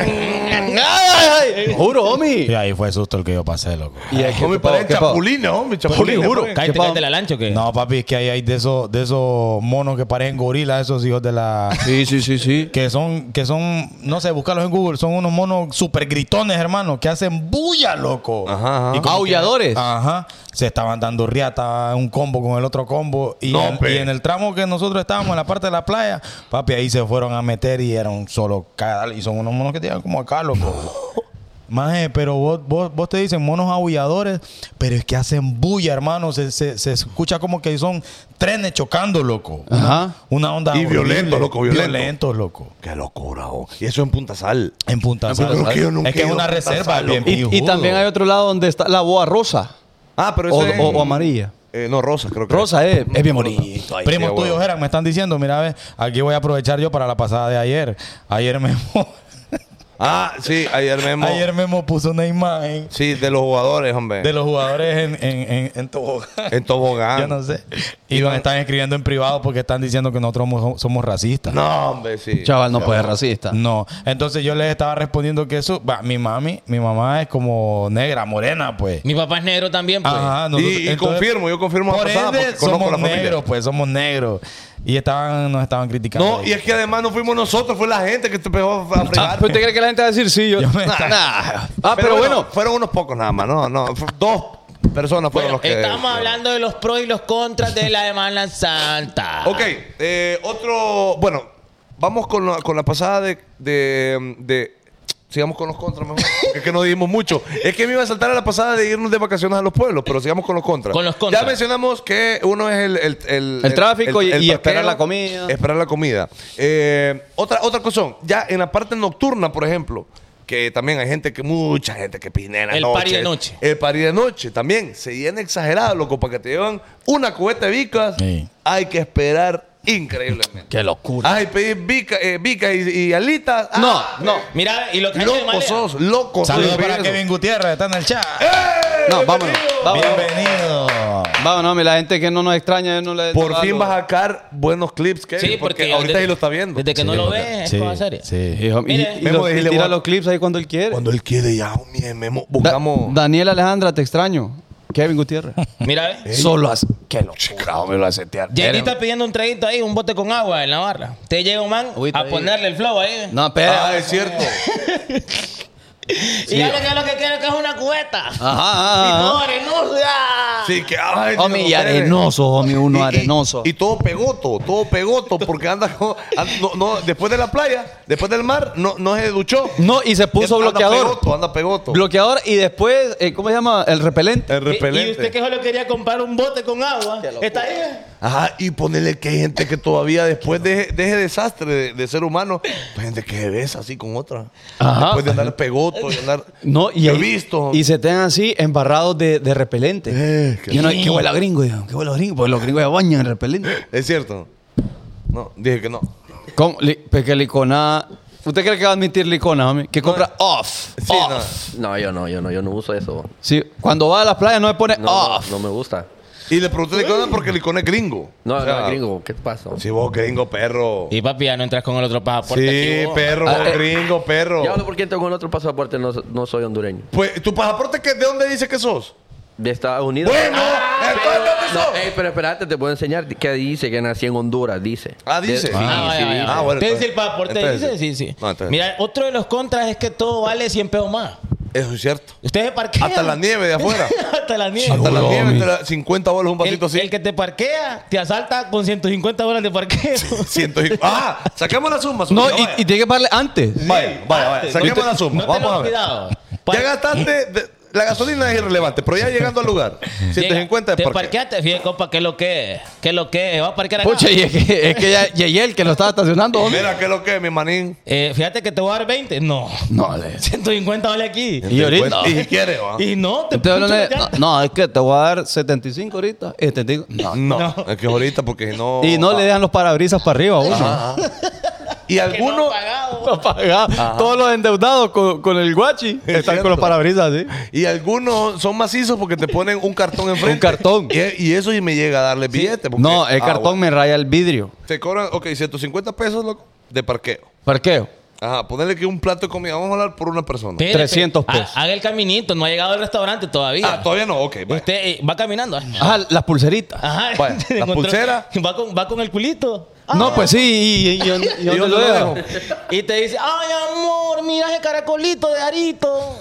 Ay, ay, ay. Juro,
Y
homie.
ahí fue susto el que yo pasé, loco.
Y es que-
Homie,
¿qué pavo,
parecen
qué pavo?
chapulines, homie, chapulines.
juro.
pues.
Cállate,
¿Qué pasa?
cállate la lancha, que
No, papi, es que ahí hay de esos, de esos monos que parecen gorilas, esos hijos de la.
Sí, sí, sí, sí.
Que son, que son, no sé, búscalos en Google, son unos monos super gritones, hermano, que hacen bulla, loco.
Ajá, Ah, ajá.
como que-
Aulladores.
ajá. Se estaban dando riata, un combo con el otro combo. Y,
No,
en,
pe.
y en el tramo que nosotros estábamos, en la parte de la playa, papi, ahí se fueron a meter y eran solo cada Y son unos monos que tienen como acá,
(laughs)
loco. Maje, pero vos, vos, vos te dicen monos aulladores, pero es que hacen bulla, hermano. Se, se, se escucha como que son trenes chocando, loco. Una,
Ajá.
una onda.
Y violentos, loco, violentos.
Violentos, loco.
Qué locura, oh. Y eso en Punta Sal.
En Punta Sal.
Yo creo que yo nunca
es que
he
es
ido
una
a Punta
reserva
Sal,
bien
loco.
Y, y
pijudo.
también hay otro lado donde está la boa rosa.
Ah, pero eso
O,
es-
o- o amarilla.
Eh, no, Rosa, creo que.
Rosa es, es bien bonito. ¿eh?
Primos
Sí,
tuyos
huevo.
eran, me están diciendo, mira, ve, aquí voy a aprovechar yo para la pasada de ayer. Ayer Memo,
Ah, sí, ayer mismo.
ayer Memo puso una imagen
Sí, de los jugadores, hombre.
de los jugadores en, en, en, en tobogán.
En tobogán.
(laughs) Yo no sé. Y nos están escribiendo en privado porque están diciendo que nosotros somos, somos racistas.
No, hombre, sí.
Chaval, no puede racista.
No, entonces yo les estaba respondiendo que eso, va, mi mami, mi mamá es como negra, morena, pues.
mi papá es negro también, pues.
Ajá,
Y- y confirmo, yo confirmo la
Por
pasada
ende,
porque conozco
somos
la familia.
negros, pues, somos negros. Y estaban, nos estaban criticando.
No, y es que además no fuimos nosotros, fue la gente que te pegó a
Ah,
fregar.
¿pero ¿Usted cree que la gente va a decir sí? (laughs) Yo,
Yo
(laughs)
me-
Nah, nah. Ah, pero bueno.
Fueron unos pocos nada más, no, no. fu- Dos personas fueron
Bueno,
los que.
estamos hablando de los pros y los contras de la Semana Santa.
Ok, eh, otro. Bueno, vamos con la, con la pasada de. de, de- Sigamos con los contras mejor. porque Es que no dijimos mucho. Es que me iba a saltar a la pasada de irnos de vacaciones a los pueblos, pero sigamos con los contras.
Con los contras.
Ya mencionamos que uno es el. El,
El tráfico y- y esperar la comida.
Esperar la comida. Eh, otra, otra cosa, ya en la parte nocturna, por ejemplo, que también hay gente que. Mucha gente que pinea en la
El
noche.
party de noche.
El party de noche también. Se llena exagerado, loco, para que te llevan una cubeta de vicas.
Sí.
Hay que esperar increíblemente.
Qué locura.
Ay, pedí vicas y, y alitas.
No,
Ah,
no.
Mira, y lo que
Locos sos, Eh, locos
Saludos para
Eso.
Kevin Gutiérrez, está en el chat.
No, vámonos. vámonos.
Bienvenido.
Vamos, no, hombre, la gente que no nos extraña, yo no le
Por
no
fin
hago-
vas a sacar buenos clips, Kevin.
Sí, porque,
ahorita
desde-
ahí lo está viendo.
Desde que no
Sí.
lo ve, es
Sí,
cosa seria.
Sí.
Hijo, y-
Mire.
y
Memo,
los- y
dile,
tira
bueno.
los clips ahí cuando él quiere.
Cuando él quiere ya, hombre, Memo,
Da-
buscamos...
Daniel Alejandra, te extraño. Kevin Gutiérrez.
Mira, ve.
Solo hace... Qué locura, me lo hace tear.
Jenny está pidiendo un traguito ahí, un bote con agua en la barra. Te llega un man
Agüita
a
ahí.
ponerle el flow ahí.
no,
Ah,
espera.
es cierto.
Y ya lo que, lo que quiero que es una cubeta.
Ajá,
Y
ajá,
todo
ajá.
arenudo.
Sí, que... ay, Dios,
Homie, y
espérame.
arenoso, homie, uno
Y- y-
arenoso.
Y, todo pegoto, todo pegoto, porque anda con- an- no, no, después de la playa, después del mar, no, no se duchó.
No, y se puso
Anda
bloqueador.
pegoto, anda pegoto.
Bloqueador y después, eh, ¿cómo se llama? El repelente.
El repelente.
Y usted que solo quería comprar un bote con agua. Está ahí.
Ajá, y ponerle que hay gente que todavía después de, de ese desastre de, de ser humano, pues gente que se besa así con otra.
Ajá.
Después de andar pegoto y andar.
No, y
Yo he
ahí-
visto.
Y se tengan así, embarrados de, de repelente.
Eh, qué
y uno, ¿qué huele a gringo? dijo, ¿Qué huele a gringo? Pues los gringos ya bañan en repelente.
Es cierto. No, dije que no.
¿Cómo? Li- pues que licona. ¿Usted cree que va a admitir licona, homie? Que compra off.
Sí,
off.
no.
No, yo no, yo no, yo no uso eso.
Sí, cuando va a las playas no se pone
No, no,
off.
no me gusta.
Y le pregunté a Licona porque Licona es gringo.
No,
O sea,
no, gringo, ¿qué pasa?
Sí, vos gringo, perro.
Y papi, ya no entras con el otro pasaporte.
Sí,
aquí, vos.
perro,
Ah,
vos
eh.
gringo, perro.
Yo hablo porque tengo un otro pasaporte, no, so- no soy hondureño.
Pues, ¿tu pasaporte qué, de dónde dice que sos?
De Estados Unidos.
Bueno, entonces ¿dónde
No,
sos?
ey, pero espérate, te puedo enseñar que dice que nací en Honduras, dice.
Ah, dice.
De-
Ah,
sí,
vaya,
sí,
vaya.
dice.
Ah, bueno,
Te dice
entonces-
el pasaporte,
entonces-
dice, sí, sí.
No, entonces-
Mira, otro de los contras es que todo vale 100 pesos más.
Eso es cierto.
Ustedes se parquean.
Hasta la nieve de afuera.
Hasta la nieve.
Hasta la
Hola,
nieve,
homie.
te la- 50 bolos un
el,
vasito así.
el que te parquea, te asalta con 150 dólares de parqueo. (laughs)
Ciento y- Ah, saquemos la suma.
No,
Zúñiga,
y,
vaya.
y tiene que pagarle antes.
Vaya, vaya, vaya. Saquemos la suma.
No te
Vamos
lo
a
has
ver.
cuidado.
Ya gastaste. de- la gasolina es irrelevante, pero ya llegando al lugar. 150
Te
de parque.
parqueaste, fíjate, compa, ¿qué es lo que es? ¿Qué es lo que es? ¿Vas a parquear acá?
Pucha, y es que, es que ya Yeye el que lo estaba estacionando, homie.
Mira, ¿qué es lo que es, mi manín?
Eh, fíjate que te voy a dar 20. No. (laughs)
No, le.
150 vale aquí.
Y ahorita.
Y si quieres, va.
Y no, te pucho
Entonces, no,
la
le- no,
llanta.
no, es que te voy a dar 75 ahorita. Y, te digo, no.
No, es que ahorita, porque si no.
y no le dejan los parabrisas para arriba a uno.
(laughs) Y algunos.
(laughs) Está pagado. Todos los endeudados con, con el guachi
Es
están
cierto.
con los parabrisas, sí.
Y algunos son macizos porque te ponen un cartón enfrente.
Un cartón.
Y, y eso y me llega a darle billete. porque-
No, el
Ah,
cartón
bueno.
me raya el vidrio.
Te cobran, ok, 150 pesos, loco, de parqueo.
Parqueo.
Ajá, ponerle que un plato de comida. Vamos a hablar por una persona.
Espérate,
300
ha-
pesos.
Haga el caminito, no ha llegado al restaurante todavía.
Ah, todavía no, ok. vaya.
Usted eh, va caminando. Ajá.
Ajá, las
(laughs)
pulseritas.
Vaya, la
Encontró-
pulsera. Ah,
Va con, va con el culito.
No, pues sí,
(laughs)
y, y- y- y- y- y-
dónde
lo
lo
dejo.
dejo?
Y te dice, ay amor, mira ese caracolito de arito.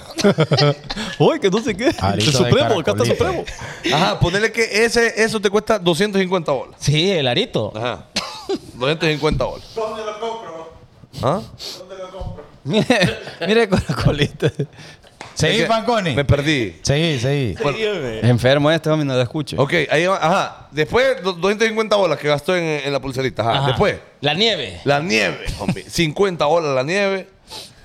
Uy, que no sé qué.
Arito
El
de
Supremo, acá está
caracolito.
Supremo.
Ajá, ponerle que ese, eso te cuesta 250 bolas.
Sí, el arito.
(coughs)
Ajá. 250 bolas. ¿Dónde lo compro? ¿Ah?
(laughs)
Mire, mire caracolito.
Seguí, Fanconi.
Me perdí.
Seguí, seguí.
Enfermo este, hombre, no lo escucho.
Ok, ahí va. Ajá. Después, do- 250 bolas que gastó en, en la pulserita. Ajá.
Ajá.
Ah, Después,
La nieve.
la nieve, hombre. 50 bolas la nieve.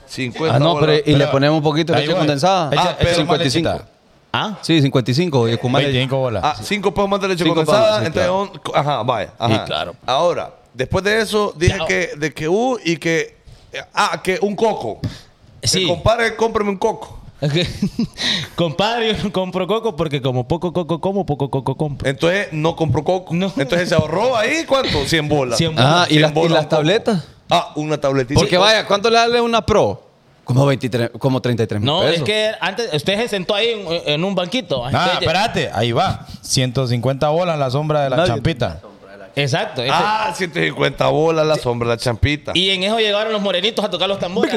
50
Ah, no, pero
bolas.
y le ponemos un poquito de leche condensada.
Ahí-
Ah,
pero
pero
55.
55.
Ah.
Sí, 55. Y con más leche.
25 bolas.
Ah, 5 pesos más de leche
Cinco
condensada.
pesos, sí,
entonces,
claro.
un- co- ajá, vaya. Ajá.
Sí, claro.
Ahora, después de eso, dije
Ya.
que, de que uh, y que. eh, Ah, que un coco.
Sí.
Que compadre, cómprame un coco.
Ok. (laughs) Compadre, yo no compro coco porque como poco coco como, poco coco compro.
Entonces no compró coco.
No.
Entonces se ahorró ahí, ¿cuánto? 100 bolas.
100
Ajá, y
100
las, y
bolas
las
un coco.
tabletas.
Ah, una tabletita.
Porque vaya, ¿cuánto le dale una pro? Como 23, como 33 mil
No,
pesos.
es que antes usted se sentó ahí en, en un banquito.
Ah,
Entonces,
espérate, ahí va. 150 bolas la sombra de la
Nadie-
champita.
Exacto. ese-
Ah, 150 bolas la sombra, la champita.
Y en eso llegaron los morenitos a tocar los tambores.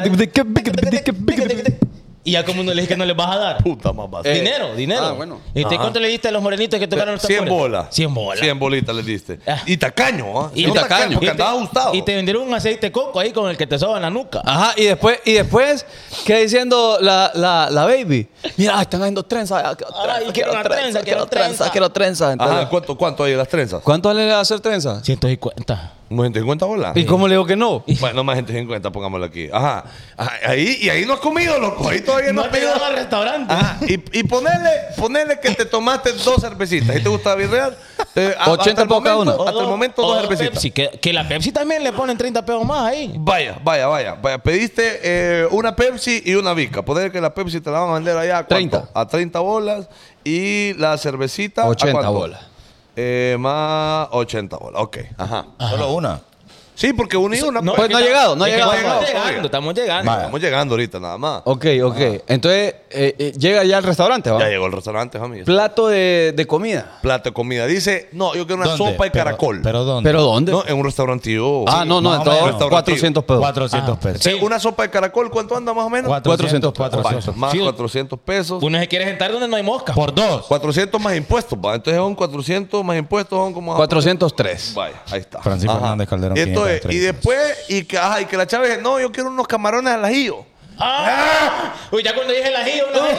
y ya como no le dije que no les vas a dar.
puta mamá.
Eh,
dinero, dinero.
ah, bueno.
¿Y usted cuánto le diste a los morenitos que tocaron los
100
tambores?
bolas.
100 bolas.
100 bolitas le diste.
Ah.
Y tacaño, ¿ah?
Y
No
tacaño.
Porque
Y te-
andaba ajustado.
Y te vendieron un aceite de coco ahí con el que te soban la nuca. Ah,
Ajá, y después, y después, ¿qué diciendo la, la, la baby? Mira, están haciendo trenzas. ah, Quiero
Ay,
trenzas,
quiero una trenza, quiero trenza.
quiero trenzas. Entonces,
Ajá, ¿cuánto, ¿cuánto hay de las trenzas?
¿Cuánto le va a hacer trenzas?
150.
¿Unos 150 bolas?
¿Y cómo le digo que no?
Bueno, más 150, pongámoslo aquí. Ajá. Ajá, Ahí, y ahí no has comido, loco. Ahí todavía no,
No
has
te
pedido.
llevaron al
Ah,
restaurante.
Ajá. Y, y ponele, ponele que te tomaste dos cervecitas. ¿Y te gusta virreal? Eh, a-
80
hasta el
por cada Oh,
momento-
uno.
Hasta el momento,
o
dos cervecitas.
Oh, Pepsi, que, que la Pepsi también le ponen 30 pesos más ahí.
Vaya, vaya, vaya, vaya. Pediste eh, una Pepsi y una Vica. Poner que la Pepsi te la van a vender allá a
30.
A 30 bolas. Y la cervecita. ¿a
80
cuánto?
bolas.
Eh, más 80 bolas, ok. Ajá.
Solo una.
Sí, porque una y una.
No,
pues.
Pues no ha llegado, no ha
Es que
llegado.
Estamos
Obvio.
llegando, estamos llegando.
Vaya.
Estamos llegando ahorita nada más.
Ok, ok. Entonces, eh, eh, llega ya al restaurante, ¿va?
Ya llegó el restaurante, homie.
Plato de, de comida.
Plato de comida. Dice, no, yo quiero una
¿Dónde?
sopa de
Pero-
caracol.
¿Pero dónde?
¿Pero dónde? eh,
no, en un restaurantillo.
ah, no, no,
más o menos.
entonces 400 pesos.
ah.
400 pesos.
Sí, Eh, Una sopa de caracol, ¿cuánto anda más o menos?
400,
400.
400.
Más
Sí, un-
400 pesos.
Uno se quiere sentar donde no hay mosca.
Por dos.
400 más impuestos, va. Entonces son 400 más impuestos, son como...
403.
Vaya, ahí está.
Francisco
Ajá.
Hernández Calderón,
Y, entonces,
530.
y después, y que, ajá, y que la Chávez, no, yo quiero unos camarones al ajillo.
Ah. Uy, ya cuando dije el ajillo, una vez.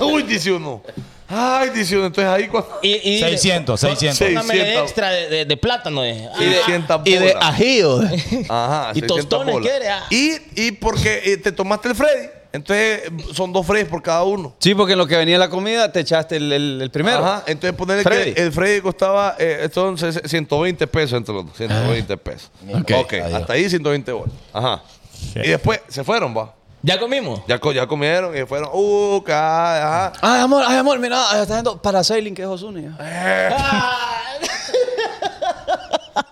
Uy, dice uno. Ay, dice uno. Entonces ahí cuando...
Y, y-
600, 600.
Una media
600.
extra de, de- de plátano. eh. Ah,
600
Y de
bolas.
ajío.
Ajá,
Y
600
tostones
bolas.
quiere, ah.
Y, y porque eh, te tomaste el Freddy. Entonces son dos Freddy's por cada uno.
Sí, porque en lo que venía la comida te echaste el, el- el primero.
Ajá, entonces ponerle
Freddy.
que el Freddy costaba eh, entonces 120 pesos entre los dos, 120 pesos. Ok,
Adiós.
hasta ahí 120 bolas. Ajá. Y después se fueron, va.
¿Ya comimos?
Ya, co- ya comieron y se fueron. Uh, ca- ajá.
Ay, amor, ay, amor, mira, ahí está haciendo parasailing que es Osuni.
Ah.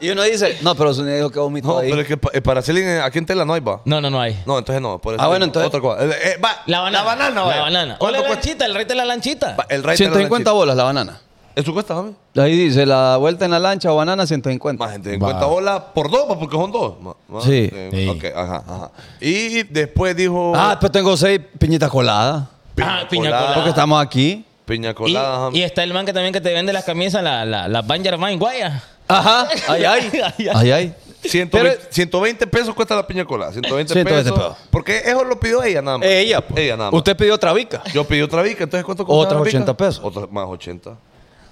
y uno dice, no, pero Osuni dijo que vomitó
No,
ahí.
pero es que pa- eh, para Celín eh, aquí en Tela no hay, va.
No, no, no hay.
No, entonces no. Por eso
Ah, bueno,
digo,
entonces-
Otra cosa. Eh, eh, va,
La banana.
La banana,
La
vaya.
banana. O
¿Cuánto
la
cuesta?
lanchita, el rey de la lanchita.
Va, El rey de la
150
lanchita.
bolas la banana.
¿Eso cuesta, mami?
Ahí dice, la vuelta en la lancha o banana, 150.
Más 150 bolas por dos, va, porque son dos. Ma- ma-
Sí.
eh,
Sí.
Ok, ajá, ajá. Y después dijo.
Ah, pero tengo seis piñitas coladas.
Ah, piña colada.
Porque estamos aquí.
Piña colada.
Y, y
mami.
está el man que también que te vende las camisas, la, la, la Van Germain Guaya.
Ajá,
(laughs)
ay, ay.
Ay, ay.
ay, ay.
120,
Pero-
120 pesos cuesta la piña colada. 120,
120
pesos.
pesos.
Porque eso lo pidió ella nada más.
Ella, pues.
Ella nada más.
Usted pidió otra bica.
Yo pedí otra bica, entonces ¿cuánto cuesta?
Otras
la bica?
80 pesos.
Otra- más 80.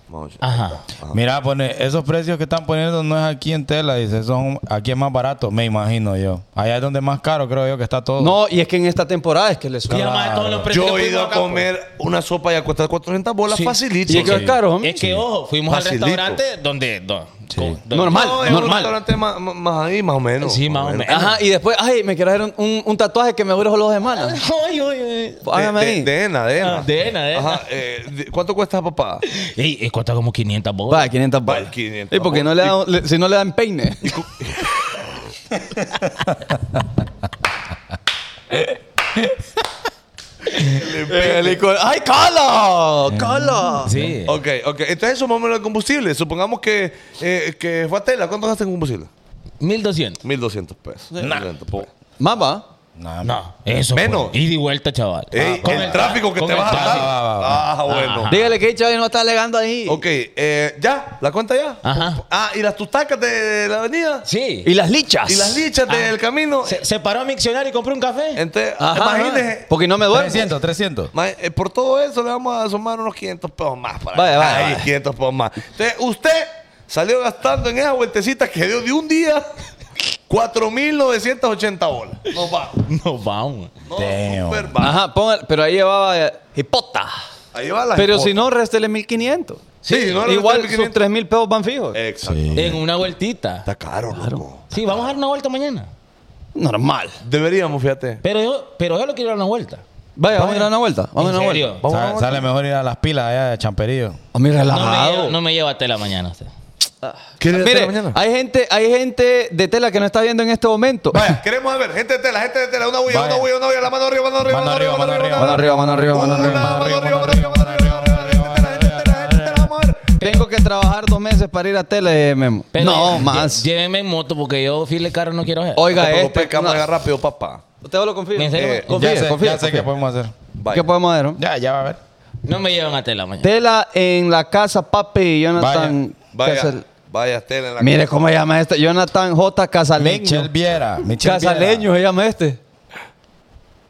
Más 80.
Ajá.
Mira, pone, esos precios que están poniendo no es aquí en tela, dice, son aquí es más barato, me imagino yo. Allá es donde es más caro, creo yo, que está todo.
No, y es que en esta temporada es que le
Y
sube.
además de todos los precios
Yo
que
he
fuimos
ido a
acá, pues.
comer una sopa y a cuesta 400 bolas facilito.
Y es que es caro, homie.
Es que, ojo, fuimos
Facilito.
al restaurante donde... do- con- donde-
Normal,
No, es un
normal.
restaurante más, más- más ahí, más o menos.
Sí, más o menos.
Ajá, y después, ay, me quiero hacer un, un- un tatuaje que me dure los semanas.
Ay, ay, ay.
Hágame
De,
ahí.
de, de Ena, de Ena.
Ah, de Ena, de Ena.
Ajá, eh, de- ¿Cuánto cuesta esa papada?
Ey, eh, cuesta como 500 bolas.
Va, 500
Va,
bolas.
500
¿Y porque no le dan, le- si no le dan peine?
(laughs)
El licor- Eh, ¡Ay, cala!
Eh,
¡Cala!
Sí.
Ok, ok. Entonces sumamos el combustible. Supongamos que, eh, que fue a tela. ¿Cuánto gastas en combustible?
1200.
1200 pesos. 1200 pesos.
Mamba.
Nada,
No, eso.
Menos.
pues. Ida y vuelta, chaval.
Ey,
Ah, Con
el tráfico que te vas a
tráfico.
dar.
va, va,
Ah, bueno.
Dígale que Chávez no está alegando ahí.
Ok, eh, ya, la cuenta ya.
Ajá.
Ah, y las tutacas de la avenida.
Sí.
¿Y las lichas?
Y las lichas del camino.
se, se paró a miccionar y compró un café.
Entonces,
Ajá,
imagínese.
ajá. Porque no me duermo.
300, 300.
ma- eh, por todo eso le vamos a sumar unos 500 pesos más. Para
Vaya, vaya,
Ahí,
vaya.
500 pesos más. Entonces, usted salió gastando en esas vueltecitas que dio de un día 4.980 bolas. No va.
No, vamos.
No,
Damn.
super va.
Ajá, ponga- pero ahí llevaba eh, hipota.
Ahí va la
Pero
hipote-
si no, réstele 1500.
Ah, Sí, si no,
Igual
réstele Eh,
sus
1500.
3000 pesos van fijos.
Exacto.
En una vueltita.
Está caro, loco.
Sí, vamos a dar una vuelta mañana.
Normal.
Deberíamos, fíjate.
Pero yo, pero yo lo quiero dar una vuelta.
Vaya, vamos a dar una vuelta. Vamos a
¿En
dar una
serio?
vuelta.
Sa- sale mejor ir a las pilas allá de Champerío.
Oh,
A
No me,
mí
lleva,
relajado.
no me lleva a tela mañana usted.
¿Quieres
Mire, hay gente, hay gente de tela que no está viendo en este momento.
Vaya, (laughs) queremos a ver, gente de tela, gente de tela, una bulla,
Vaya.
una bulla, una bulla, la mano arriba, mano arriba, mano arriba, mano arriba,
(laughs) Mano arriba, mano arriba,
Una,
mano arriba.
mano arriba, mano arriba, mano arriba, mano arriba, gente de tela, gente de tela, gente de tela, vamos a ver.
Tengo que trabajar dos meses para ir a tele, Memo.
Pero
no,
lle-
más.
lle- Llévenme en moto porque yo file caro no quiero hacer.
Oiga,
Te
este.
preocupes, que vamos a
no.
llegar rápido, papá.
Usted lo confirma.
¿En serio?
Eh,
Confíe,
ya sé,
confíe,
ya sé
confíe.
qué podemos hacer.
Vaya.
¿Qué podemos hacer? no?
Ya, ya va a ver.
No me llevan a tela mañana.
Tela en la casa, papi y Jonathan.
Vaya,
Casal-
vaya tela en la
Mire
cara.
cómo se llama este. Jonathan J. Casaleño.
Michel Viera. Michel Viera.
Casaleño se llama este.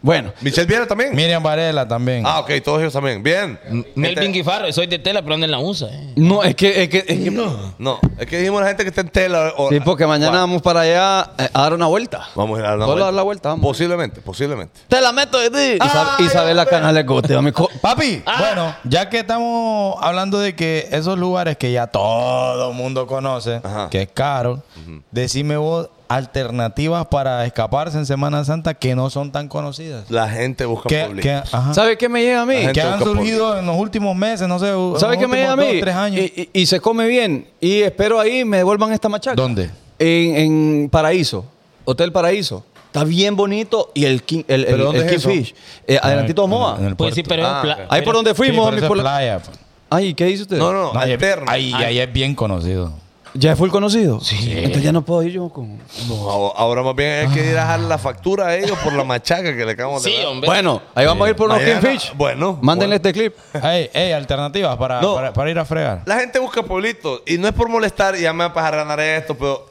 Bueno,
¿Michelle Viera también?
Miriam Varela también.
Ah, ok, todos ellos también. Bien.
Melvin
Gente-
Guifarro, soy de tela, pero no la usa. eh.
no, es que, es que, es que-
No, es que dijimos la gente que está en tela. o-
Sí, porque mañana
Va-
vamos para allá eh, a dar una vuelta.
Vamos a dar la
Solo
vuelta.
dar la vuelta, vamos.
Posiblemente, posiblemente.
Te la meto de ti. Isab- Isabela Canales Cote. a mi co-
Papi,
Ah.
bueno, ya que estamos hablando de que esos lugares que ya todo el mundo conoce,
Ajá.
que es caro, decime vos alternativas para escaparse en Semana Santa que no son tan conocidas.
La gente busca
Que,
public.
que- ajá.
(laughs) ¿Sabe qué me llega a mí?
Ajá.
que han
busca
surgido en los últimos meses, no sé, en
¿Sabe
los
qué me llega a
últimos
mí?
dos, tres años.
Y, y- y se come bien. Y espero ahí me devuelvan esta machaca.
¿Dónde?
En, en Paraíso. Hotel Paraíso. Está bien bonito. Y el, king, el, el,
¿Pero dónde
el
es eso?
Kingfish. Eh, adelantito a Moa.
En el
Pues sí,
puerto.
pero es
Ah,
pla-
ok.
ahí
pero-
por donde
Sí,
fuimos,
pero
homie,
eso es
por la-
playa. pues.
Ay, ¿qué hizo usted?
No, no,
No, ahí-
alterna.
ahí, ahí es bien
(laughs)
conocido.
¿Ya fue el conocido? Sí. Entonces ya no puedo ir yo con...
No, ahora- Ah, ahora más bien hay que ir a dejar la factura a ellos por la machaca que le acabamos
Sí,
de dar.
hombre.
Bueno, ahí vamos a ir por unos
Mañana-
Kingfish.
Bueno,
Mándenle
bueno.
este clip.
Ey, ey, alternativas para,
No.
para, para ir a fregar.
La gente busca pueblitos y no es por molestar y ya me vas a ganar esto, pero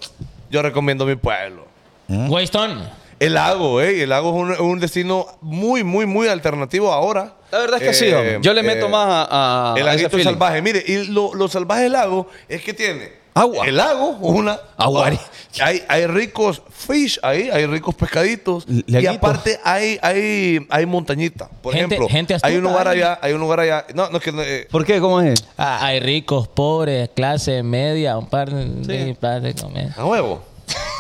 yo recomiendo mi pueblo.
Weston.
El lago, eh. El lago es un, un destino muy, muy, muy alternativo ahora.
La verdad es que sí,
Eh,
hombre. Yo le meto
eh,
más a, a-
El
a ese
laguito
feeling.
salvaje. Mire, y lo, lo salvaje del lago es que tiene
Agua.
El lago, una.
Agua.
Hay, hay ricos fish ahí, hay ricos pescaditos. Y
Laguito.
aparte hay, hay, hay montañita. Por
Gente-
ejemplo,
gente astuta,
hay un lugar
¿eh?
allá, hay un lugar allá. No, no es que. no, eh,
¿Por qué? ¿Cómo es?
Hay ricos, pobres, clase media, un par de, par de comer.
a huevo.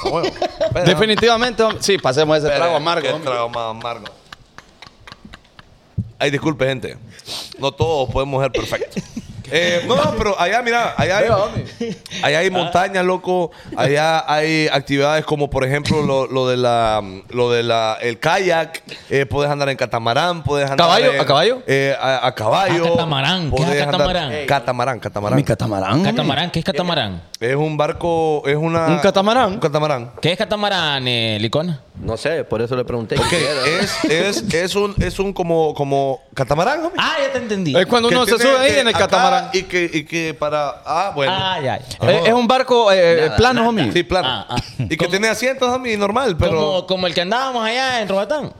A huevo. Espera,
Definitivamente, hombre. sí, pasemos ese
espera,
trago amargo.
qué
hombre.
trago más amargo. Ay, disculpe, gente. No todos podemos ser perfectos. Eh, no, no, pero allá, mira, allá hay, allá
Ah.
hay montañas, loco. Allá hay actividades como, por ejemplo, lo, lo de la, lo de la, el kayak. Eh, puedes andar en catamarán, puedes andar
¿Caballo?
en-
¿A caballo?
eh, a, a caballo.
Ah, catamarán. ¿Qué es
Podés andar-
catamarán?
Ey. catamarán, catamarán.
Mi catamarán. hombre.
¿Catamarán? ¿Qué es catamarán?
es un barco, es una.
¿Un catamarán?
Un catamarán.
¿Qué es catamarán, eh, Licona?
No sé, por eso le pregunté.
Ok, es, es, es un, es un como, como catamarán, homie.
Ah, ya te entendí.
Es cuando
Que
uno se
tiene
sube ahí
de
en el
acá
catamarán.
Y que, y que para. Ah, bueno.
Ay, ay.
Es, es un barco eh, plano, homie.
sí, plano.
Ah, ah.
Y que
¿Cómo?
tiene asientos, homie, normal, pero. Ah,
Como, como el que andábamos allá en Robatán.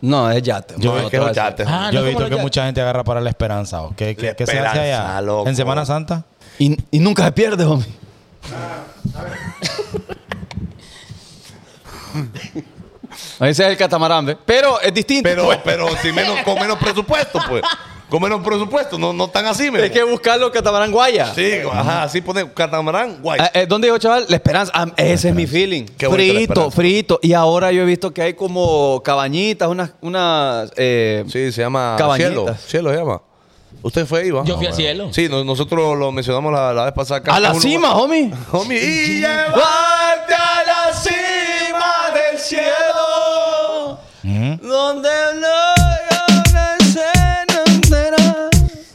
No, es yate.
Yo
no,
es que
otra
es
vez.
yate, homie.
Ah,
Yo he
no,
visto
como
que
los-
mucha gente agarra para la esperanza. ¿o? ¿Qué, qué-
La
qué se hace
Esperanza,
allá?
loco.
¿En Semana Santa?
Y, y nunca se pierde, homie. Ese es el catamarán, ¿ve? Pero es distinto.
Pero,
pues.
pero sin menos, con menos presupuesto, pues. Con menos presupuesto, no, no tan así, me.
es que buscarlo catamarán guaya.
Sí, ajá, así pone catamarán, guay.
Ah, eh, ¿Dónde dijo, chaval? La esperanza. Ah, ese es mi feeling.
Qué bonita la
Frito,
esperanza.
frito. Y ahora yo he visto que hay como cabañitas, unas. unas eh,
Sí, se llama
Cabañitas.
Cielo. Cielo se llama. Usted fue ahí, va.
Yo fui a cielo.
Sí, no- nosotros lo mencionamos la, la vez pasada. acá.
a la
Es un
cima,
lugar-
homie.
homie. Y ya va.
Parte a la cima del cielo,
¿Mm?
donde no se entera.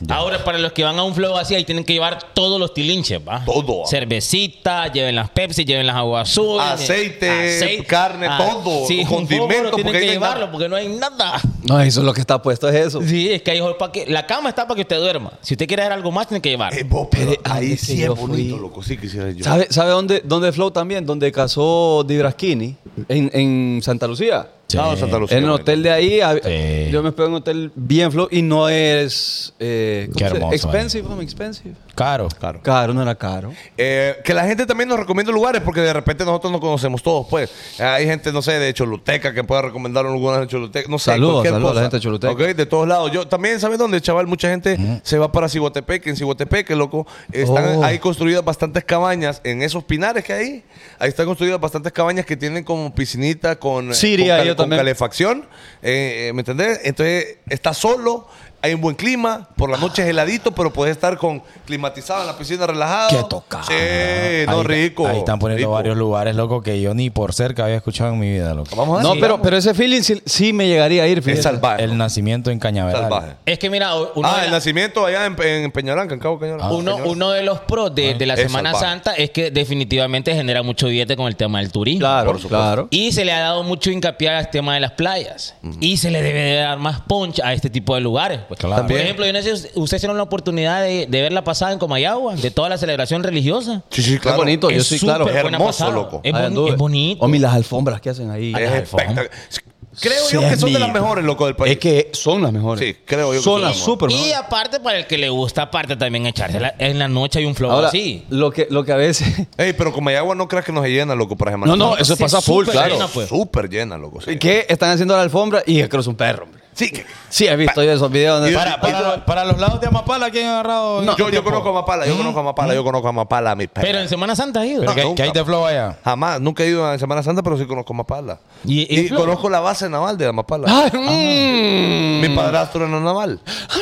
Ahora, para los que van a un flow así, ahí tienen que llevar todos los tilinches, ¿va?
Todo.
Cervecita, lleven las Pepsi, lleven las aguas azules. ah,
Aceite, carne, todo,
Sí,
condimentos,
condimentos.
porque ahí
Tienen que
no hay nada.
llevarlo porque no hay nada.
No, eso es lo que está puesto, es eso.
Sí, es que hay para que la cama está para que usted duerma. Si usted quiere hacer algo más, tiene que llevar.
Eh, vos, pero
Pero,
ahí
¿dónde
sí
que
es
yo
bonito,
fui?
loco. Sí quisiera yo.
¿Sabe, sabe dónde, dónde Flow también? Donde casó Dibraschini, en, en Santa Lucía.
Ah, Santa Lucía,
En el
bueno.
hotel de ahí, hab-
Sí.
yo me hospedé en un hotel bien flow y no es. Eh, ¿cómo
Qué
se dice?
hermoso,
Expensive, homie, expensive.
Caro.
Caro, no era caro.
Eh, que la gente también nos recomiende lugares porque de repente nosotros no conocemos todos, pues. Hay gente, no sé, de Choluteca que puede recomendar un lugar de Choluteca. No sé,
Saludos,
cualquier
saludos a la
cosa.
gente de Choluteca.
Ok, de todos lados. Yo también, ¿sabes dónde, chaval? Mucha gente se va para Ciguatepeque. En Ciguatepeque, loco, están
Oh.
ahí construidas bastantes cabañas en esos pinares que hay. Ahí están construidas bastantes cabañas que tienen como piscinita con, eh,
Siria,
con,
yo
con
también.
calefacción. Eh, eh, ¿Me entendés? Entonces, estás solo. Hay un buen clima, por la noche es heladito, pero puedes estar con climatizado en la piscina relajado.
Qué tocada.
Sí, Eh, no,
Ahí-
rico.
Ahí están poniendo
rico.
varios lugares, loco, que yo ni por cerca había escuchado en mi vida, loco.
Vamos a
No,
sí,
pero,
vamos.
pero ese feeling sí, sí me llegaría a ir. fíjate.
Es salvaje.
El nacimiento en Cañaveral.
salvaje.
Es que mira, u- uno,
Ah,
de,
el
la- Ah,
nacimiento allá en, en Peñarán, en Cabo
Ah,
Peñarán.
uno, uno de los pros de, de la
Es
Semana
salvaje.
Santa es que definitivamente genera mucho billete con el tema del turismo.
Claro,
Por supuesto.
claro.
Y se le ha dado mucho hincapié al tema de las playas. Y se le debe de dar más punch a este tipo de lugares. pues.
Claro.
Por
También.
ejemplo, yo no sé si ustedes tienen la oportunidad de, de ver la pasada en Comayagua, de toda la celebración religiosa.
Sí, sí,
Qué
claro.
bonito, yo
Es
sí, claro.
súper buena
hermoso,
pasada.
loco.
Es,
Ahí
boni-
anduve.
es bonito.
Homie, las alfombras que hacen ahí.
Es
Las alfombras.
espectacular. Creo yo
Sí,
que son de las
amigo.
mejores, loco, del país.
Es que son las mejores.
Sí, creo yo que
Son
sí.
las super
Y
mejores.
aparte, para el que le gusta, aparte también echársela en la noche hay un flow
Ahora,
así.
lo, que, lo que a veces...
Ey, pero con Mayagua no creas que nos llena, loco, para Semana
No, no,
Santa.
eso
Se
pasa full,
super
claro.
llena, pues.
Súper llena, loco.
(laughs)
sí.
Que están haciendo la alfombra y es que es un perro, hombre.
Sí, que-
Sí, he visto yo esos videos. donde-
Y-
Para, para- para los lados de Amapala, ¿quién ha agarrado?
yo, yo conozco a Mapala, yo conozco a Mapala, yo conozco a Mapala, mi perra.
Mm, Pero en Semana Santa ha ido.
Pero
¿Qué,
nunca.
qué hay de flow allá?
Jamás, nunca he ido a Semana Santa, pero sí conozco a Mapala.
Y- Ah,
Y,
y-
conozco la base naval de Mapala.
mm.
Mi padrastro era naval.
Ah.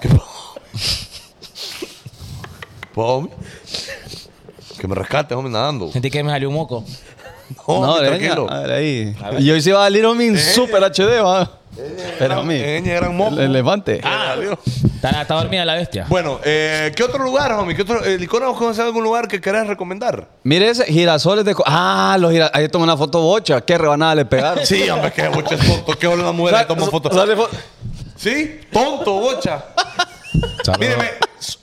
¿Qué po- po- homie? Que me rescate, homie, nadando.
Sentí que me salió un moco.
No,
No,
homie,
leña,
tranquilo.
Ah,
a ver ahí. Y hoy sí va a Little Min Super HD, va. Pero a mí.
Leña, gran moco.
El elefante.
Ah, Dios.
Está, está dormida la bestia.
Bueno, eh, ¿qué otro lugar, homie? ¿Qué otro, eh, Licónagos, conoces algún lugar que querés recomendar?
Mire ese, girasoles de. co- Ah, los girasoles. Ahí tomé una foto bocha. Qué rebanada le pegaron.
Sí, hombre, que bocha es tonto. Que hola la mujer que toma fotos.
Sale fo-
¿Sí? Tonto, bocha. Míreme,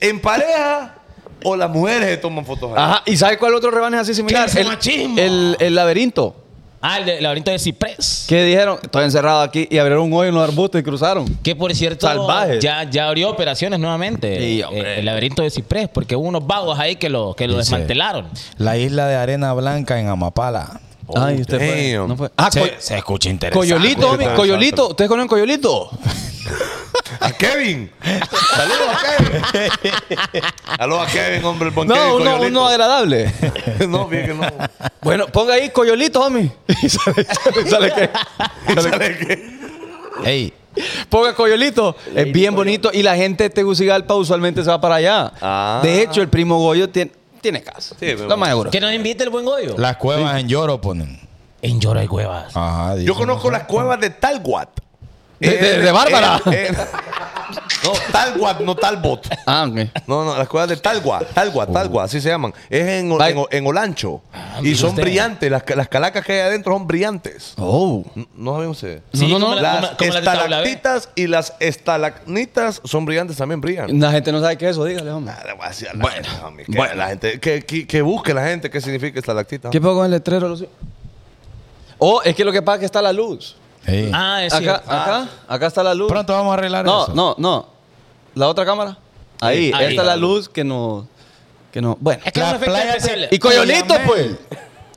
en pareja o las mujeres se toman fotos. ahí?
Ajá. ¿Y sabe cuál otro rebane es así similar?
¡Qué machismo!
el, el, el laberinto.
Ah, el, de- el laberinto de Ciprés.
¿Qué dijeron? Estoy encerrado aquí y abrieron un hoyo en los arbustos y cruzaron.
Que por cierto,
Salvaje.
ya, ya abrió operaciones nuevamente.
Sí,
eh,
hombre.
el laberinto de Ciprés, porque hubo unos vagos ahí que lo, que lo
Dice,
desmantelaron.
La isla de arena blanca en Amapala.
Ay, usted fue.
Oh, damn.
No fue. Ah,
se,
co-
se escucha interesante.
Coyolito, homie, Coyolito. ¿Ustedes conocen Coyolito?
A Kevin. Saludos a Kevin. Saludos a Kevin, hombre. El buen Kevin
No, uno,
Coyolito.
uno agradable.
(laughs) no, bien que no.
Bueno, ponga ahí Coyolito, homie. Y sale, sale, sale que.
¿Sabes qué?
Ey,
Ponga Coyolito. Es bien bonito y la gente de Tegucigalpa usualmente se va para allá.
Ah.
De hecho, el primo Goyo tiene, tiene casa.
Sí, pero-
Lo más seguro.
Que nos invite el buen Goyo.
las cuevas en Lloro ponen.
En Lloro hay
Ah,
cuevas.
Ajá,
Yo
dicen.
conozco las cuevas de Talguat.
De- de- de Bárbara.
eh, eh. no, Talguat, no Talbot.
Ah, ok.
No, no, las cuevas de Talgua, Talgua,
Uh.
Talgua, así se llaman. Es en,
Bye.
en- en Olancho. y
Ah,
mire
son
usted.
brillantes, las, ca- las calacas que hay adentro son brillantes.
Oh.
N- No sabemos ustedes.
Sí,
No, no,
como la-
no.
Las
como- como la de Tabla B.
estalactitas y las estalagnitas son brillantes, también brillan.
La gente no sabe qué es eso, dígale, hombre.
Ah, le voy a decir a la gente, homie, que la gente, que, que- que busque la gente qué significa estalactita.
¿Qué pongo con el letrero? Lucio? Oh, es que lo que pasa es que está la luz.
Ey.
Ah, es
Acá,
cierto.
acá, acá está la luz.
Pronto vamos a arreglar
No,
eso.
no, no. La otra cámara. Ahí,
ahí.
esta es la luz que nos. Que nos. Bueno.
Es que es un
Las
efecto
playas
especial.
Y Coyolito,
Cuyamel.
pues.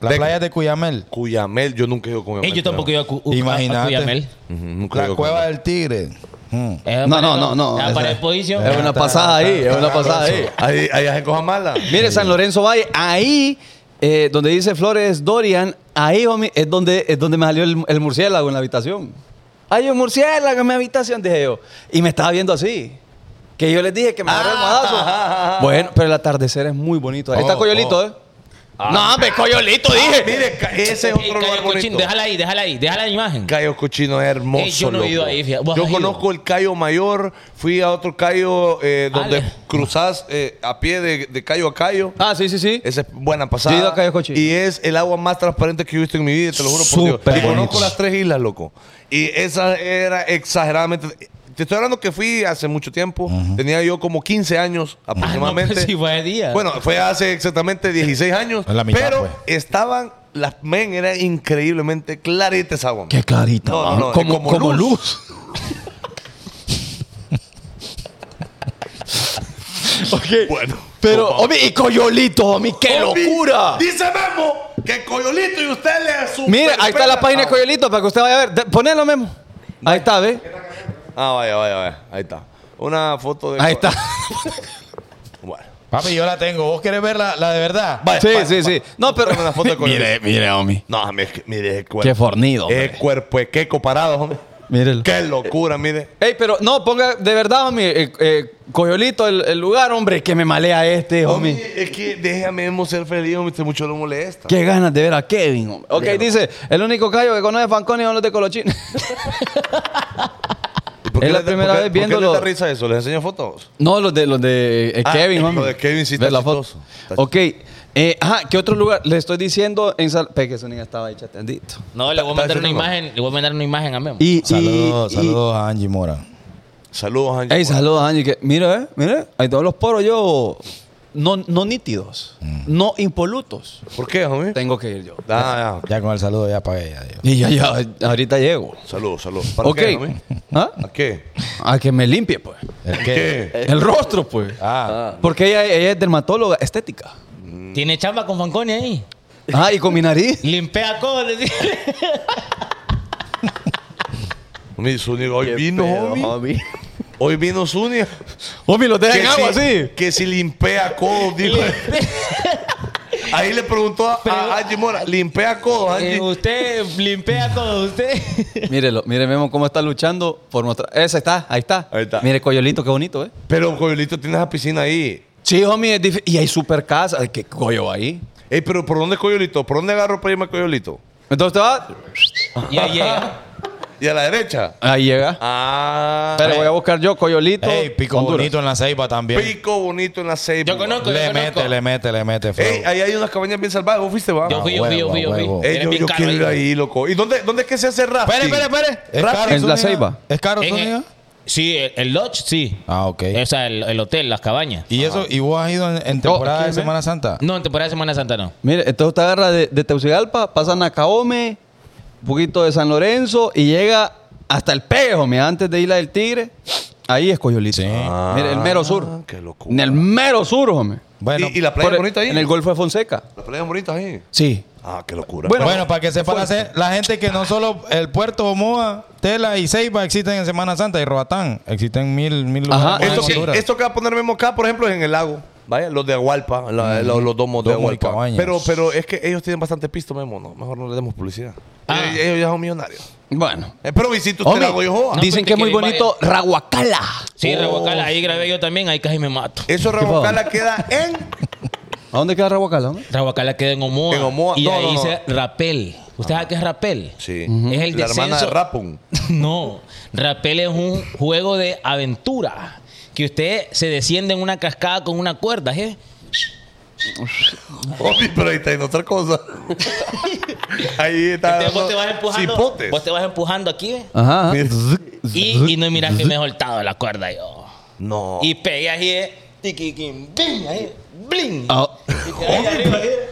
Las
De-
playas de Cuyamel.
Cuyamel, yo nunca he ido a Cuyamel.
Ey, Eh, yo tampoco iba a, cu-
Imagínate.
a Cuyamel.
Ujú, nunca he
La
ido a
cueva
Cuyamel.
del tigre. Mm.
Eh,
No,
para
no,
el-
no, no.
ah, Para
Esa-
exposición.
Es una pasada ahí, es una pasada eh. ahí.
Ahí, ahí es en Cojamala.
Mire, San Lorenzo Valle, ahí eh, donde dice Flores Dorian, ahí homie, es donde, es donde me salió el, el murciélago en la habitación. Hay un murciélago en mi habitación, dije yo. Y me estaba viendo así. Que yo les dije que me agarré
Ah,
el madazo. Bueno, pero el atardecer es muy bonito. Ahí está
Oh,
Coyolito,
oh.
¿eh?
"Ah,
No, hombre, Coyolito, dije.
Mire, ca- ese es
Ey,
otro lugar
Cayo Cochino,
bonito.
déjala ahí, déjala ahí, déjala la imagen.
Cayo Cochino es hermoso.
Ey, yo no he ido
loco.
ahí, fíjate. ¿Vos
Yo
has ido?
conozco el Cayo Mayor, fui a otro Cayo eh, donde
Ale.
cruzás eh, a pie de, de Cayo a Cayo.
Ah, sí, sí, sí.
Esa es buena pasada.
Yo he ido a Cayo Cochino.
Y es el agua más transparente que he visto en mi vida, te lo juro por Dios.
Súper
Y conozco
bonito.
las tres islas, loco. Y esa era exageradamente. Te estoy hablando que fui hace mucho tiempo. Tenía yo como 15 años aproximadamente.
pues, sí, fue de día.
Bueno, fue hace exactamente 16 años.
La mitad,
pero
pues.
estaban. Las men era increíblemente clarita esa agua.
Qué clarita.
No, no,
mano.
no,
como,
como
como luz. (laughs) Ok.
Bueno. Oh,
Pero,
Opa.
homie, y Oh, Coyolito, homie, qué
Opi,
locura.
Dice Memo que Coyolito y usted le super
Mire, ahí está la página de
Ah,
Coyolito para que usted vaya a ver. De- Ponelo mismo. Ahí está, ¿ve?
Ah, vaya, vaya, vaya. Ahí está. Una foto de.
Ahí está. (laughs)
Bueno.
Papi, yo la tengo. ¿Vos querés ver la, la de verdad?
Vaya,
sí,
vaya,
sí,
vaya.
sí. No, pero.
Toma una foto de Coyolito.
(laughs) mire, mire, homie.
No, mire, es que- mire el cuerpo.
Qué fornido. hombre.
Qué cuerpo, es qué comparado, hombre.
Eh, Mírelo.
Qué locura, mire.
Ey, pero no, ponga de verdad, homie. eh, eh, Coyolito, el, el lugar, hombre, que me malea este, homie.
Hombre, es que déjame Memo ser feliz, hombre. Usted mucho lo molesta.
Qué ganas de ver a Kevin, hombre. Ok, dice, el único callo que conoce Fanconi son los de Colochín.
¿Y por
Es
qué
la
le da- por
primera
qué-
vez
¿Por qué
viéndolo.
le da risa eso? ¿Les enseño fotos?
(laughs) no, los de, los de eh,
Ah,
Kevin,
lo
hombre.
de Kevin sí está
Ver la foto.
chistoso. Está
Ok. Eh, ajá, ¿qué otro lugar? Le estoy diciendo en Sal... Pe, que su niña estaba ahí chatendito.
no, le voy a
ta-
mandar
ta-
una
ta-
imagen, le voy a mandar una imagen a Memo.
Y, y-
Saludos,
y-
saludos a Angie Mora.
Saludos, Ángel.
Ey, saludos, Angie. Que, mira, eh, mira. Ahí tengo los poros yo no, no nítidos, no impolutos.
¿Por qué, homie?
Tengo que ir yo.
Ah,
Ya con el saludo ya pagué. Ya, digo.
Y ya, ya, ahorita llego.
ya. Salud, salud. ¿Para
Ok.
qué, homie?
¿Ah?
¿A qué?
A que me limpie, pues.
¿El qué?
¿Qué?
El rostro, pues.
Ah,
Porque ella, ella es dermatóloga (laughs) estética.
Tiene chamba con Fanconi ahí.
Ah, y con mi nariz.
Limpea codos. decía.
Homie, Zúñiga, hoy
Qué
vino,
pedo,
homie.
homie.
Hoy vino
(laughs)
Zúñiga.
Homie, los deja en agua,
si,
así.
que si limpea codos, dijo. (laughs) Ahí le preguntó a, a Angie Mora, limpea codos,
Eh,
Angie.
usted limpea
(laughs)
codos. Usted.
Mírelo, mire Memo cómo está luchando por mostrar. Ese está, ahí está.
Ahí está.
Mire, Coyolito, qué bonito, ¿eh?
Pero, Coyolito, tienes la piscina ahí.
Sí, homie, es difí- y hay super casa. Ay, ¿Qué coyo ahí?
Ey, pero ¿por dónde Coyolito? ¿Por dónde agarro para irme a Coyolito?
Entonces te va.
y ahí llega.
¿Y a la derecha?
Ahí llega.
Ah.
Pero voy a buscar yo Coyolito.
Ey, pico
Honduras.
bonito en la ceiba también.
Pico bonito en la ceiba.
Yo conozco.
Le
yo conozco.
mete, le mete, le mete. Flow.
Ey, ahí hay unas cabañas bien salvadas. ¿Vos fuiste, va?
Yo fui, yo fui, yo fui, yo
Huevo,
fui.
huevo.
Ey,
Era
yo,
bien
yo
caro
quiero ir
ahí.
ahí, loco. ¿Y dónde, dónde es que se hace rafting?
Espere, espere, espere. ¿Es
Rápido.
caro,
En
Zúñiga?
la Ceiba.
¿Es caro,
En
Zúñiga?
el- sí, el, el lodge, sí.
Ah, ok.
O sea, el, el hotel, las cabañas.
¿Y,
Ah.
eso, ¿Y vos has ido en,
Oh,
en temporada de Semana Santa?
No, en temporada de Semana Santa no.
Mire, entonces usted agarra de, de Teucigalpa, pasa a Nacaome, un poquito de San Lorenzo y llega hasta el Pejo, mira, antes de Isla del Tigre. Ahí es Coyolito. Mire, el mero sur.
Ah, qué locura.
En el mero sur, hombre.
Bueno,
¿Y, y la playa
Por-
es bonita ahí?
En el Golfo de Fonseca.
¿La playa es bonita ahí?
Sí.
Ah, qué locura.
bueno, para que sepa la, ce- la gente que no solo el puerto Omoa, Tela y Ceiba existen en Semana Santa y Roatán. Existen mil, mil lugares.
Ajá.
más en
esto, que,
Honduras.
esto que va a poner Memo acá, por ejemplo, es en el lago. Vaya, los de Agualpa, la- los, los domos de
Domos y
Agualpa.
cabañas.
Pero, pero es que ellos tienen bastante pisto, Memo. ¿no? Mejor no le demos publicidad.
Ah.
Eh, Ellos ya son millonarios.
Bueno.
Eh, pero visita usted
Homie,
la Goyojoa.
dicen
No,
que es muy
pues, te
bonito Rahuacala.
Sí,
Oh. Eh.
Rebocala, ahí grabé yo también, ahí casi me mato.
Eso Rabocala queda en.
¿A dónde queda Rahuacala, hombre?
Rabacala queda en Omoa.
En Omoa,
Y
no,
ahí
no, no.
dice Rapel. ¿Usted sabe qué es Rapel?
Sí.
Es el
La hermana de
descenso.
Rapun.
(laughs) No, Rapel es un juego de aventura. Que usted se desciende en una cascada con una cuerda, ¿eh?
Homie, pero ahí está en otra
(laughs)
cosa. ahí está.
Entonces Este, vos
dando
te vas empujando.
cipotes.
Vos te vas empujando aquí, ¿ve?
Ajá. (laughs) ajá.
Mira, zzz,
Ah. Y, y no miras que me he soltado la cuerda yo.
Oh.
No.
Y pegué ahí, ¿eh? Tiquiquín, bling, ahí, bling.
Ah,
Y quedé ahí arriba, ¿eh?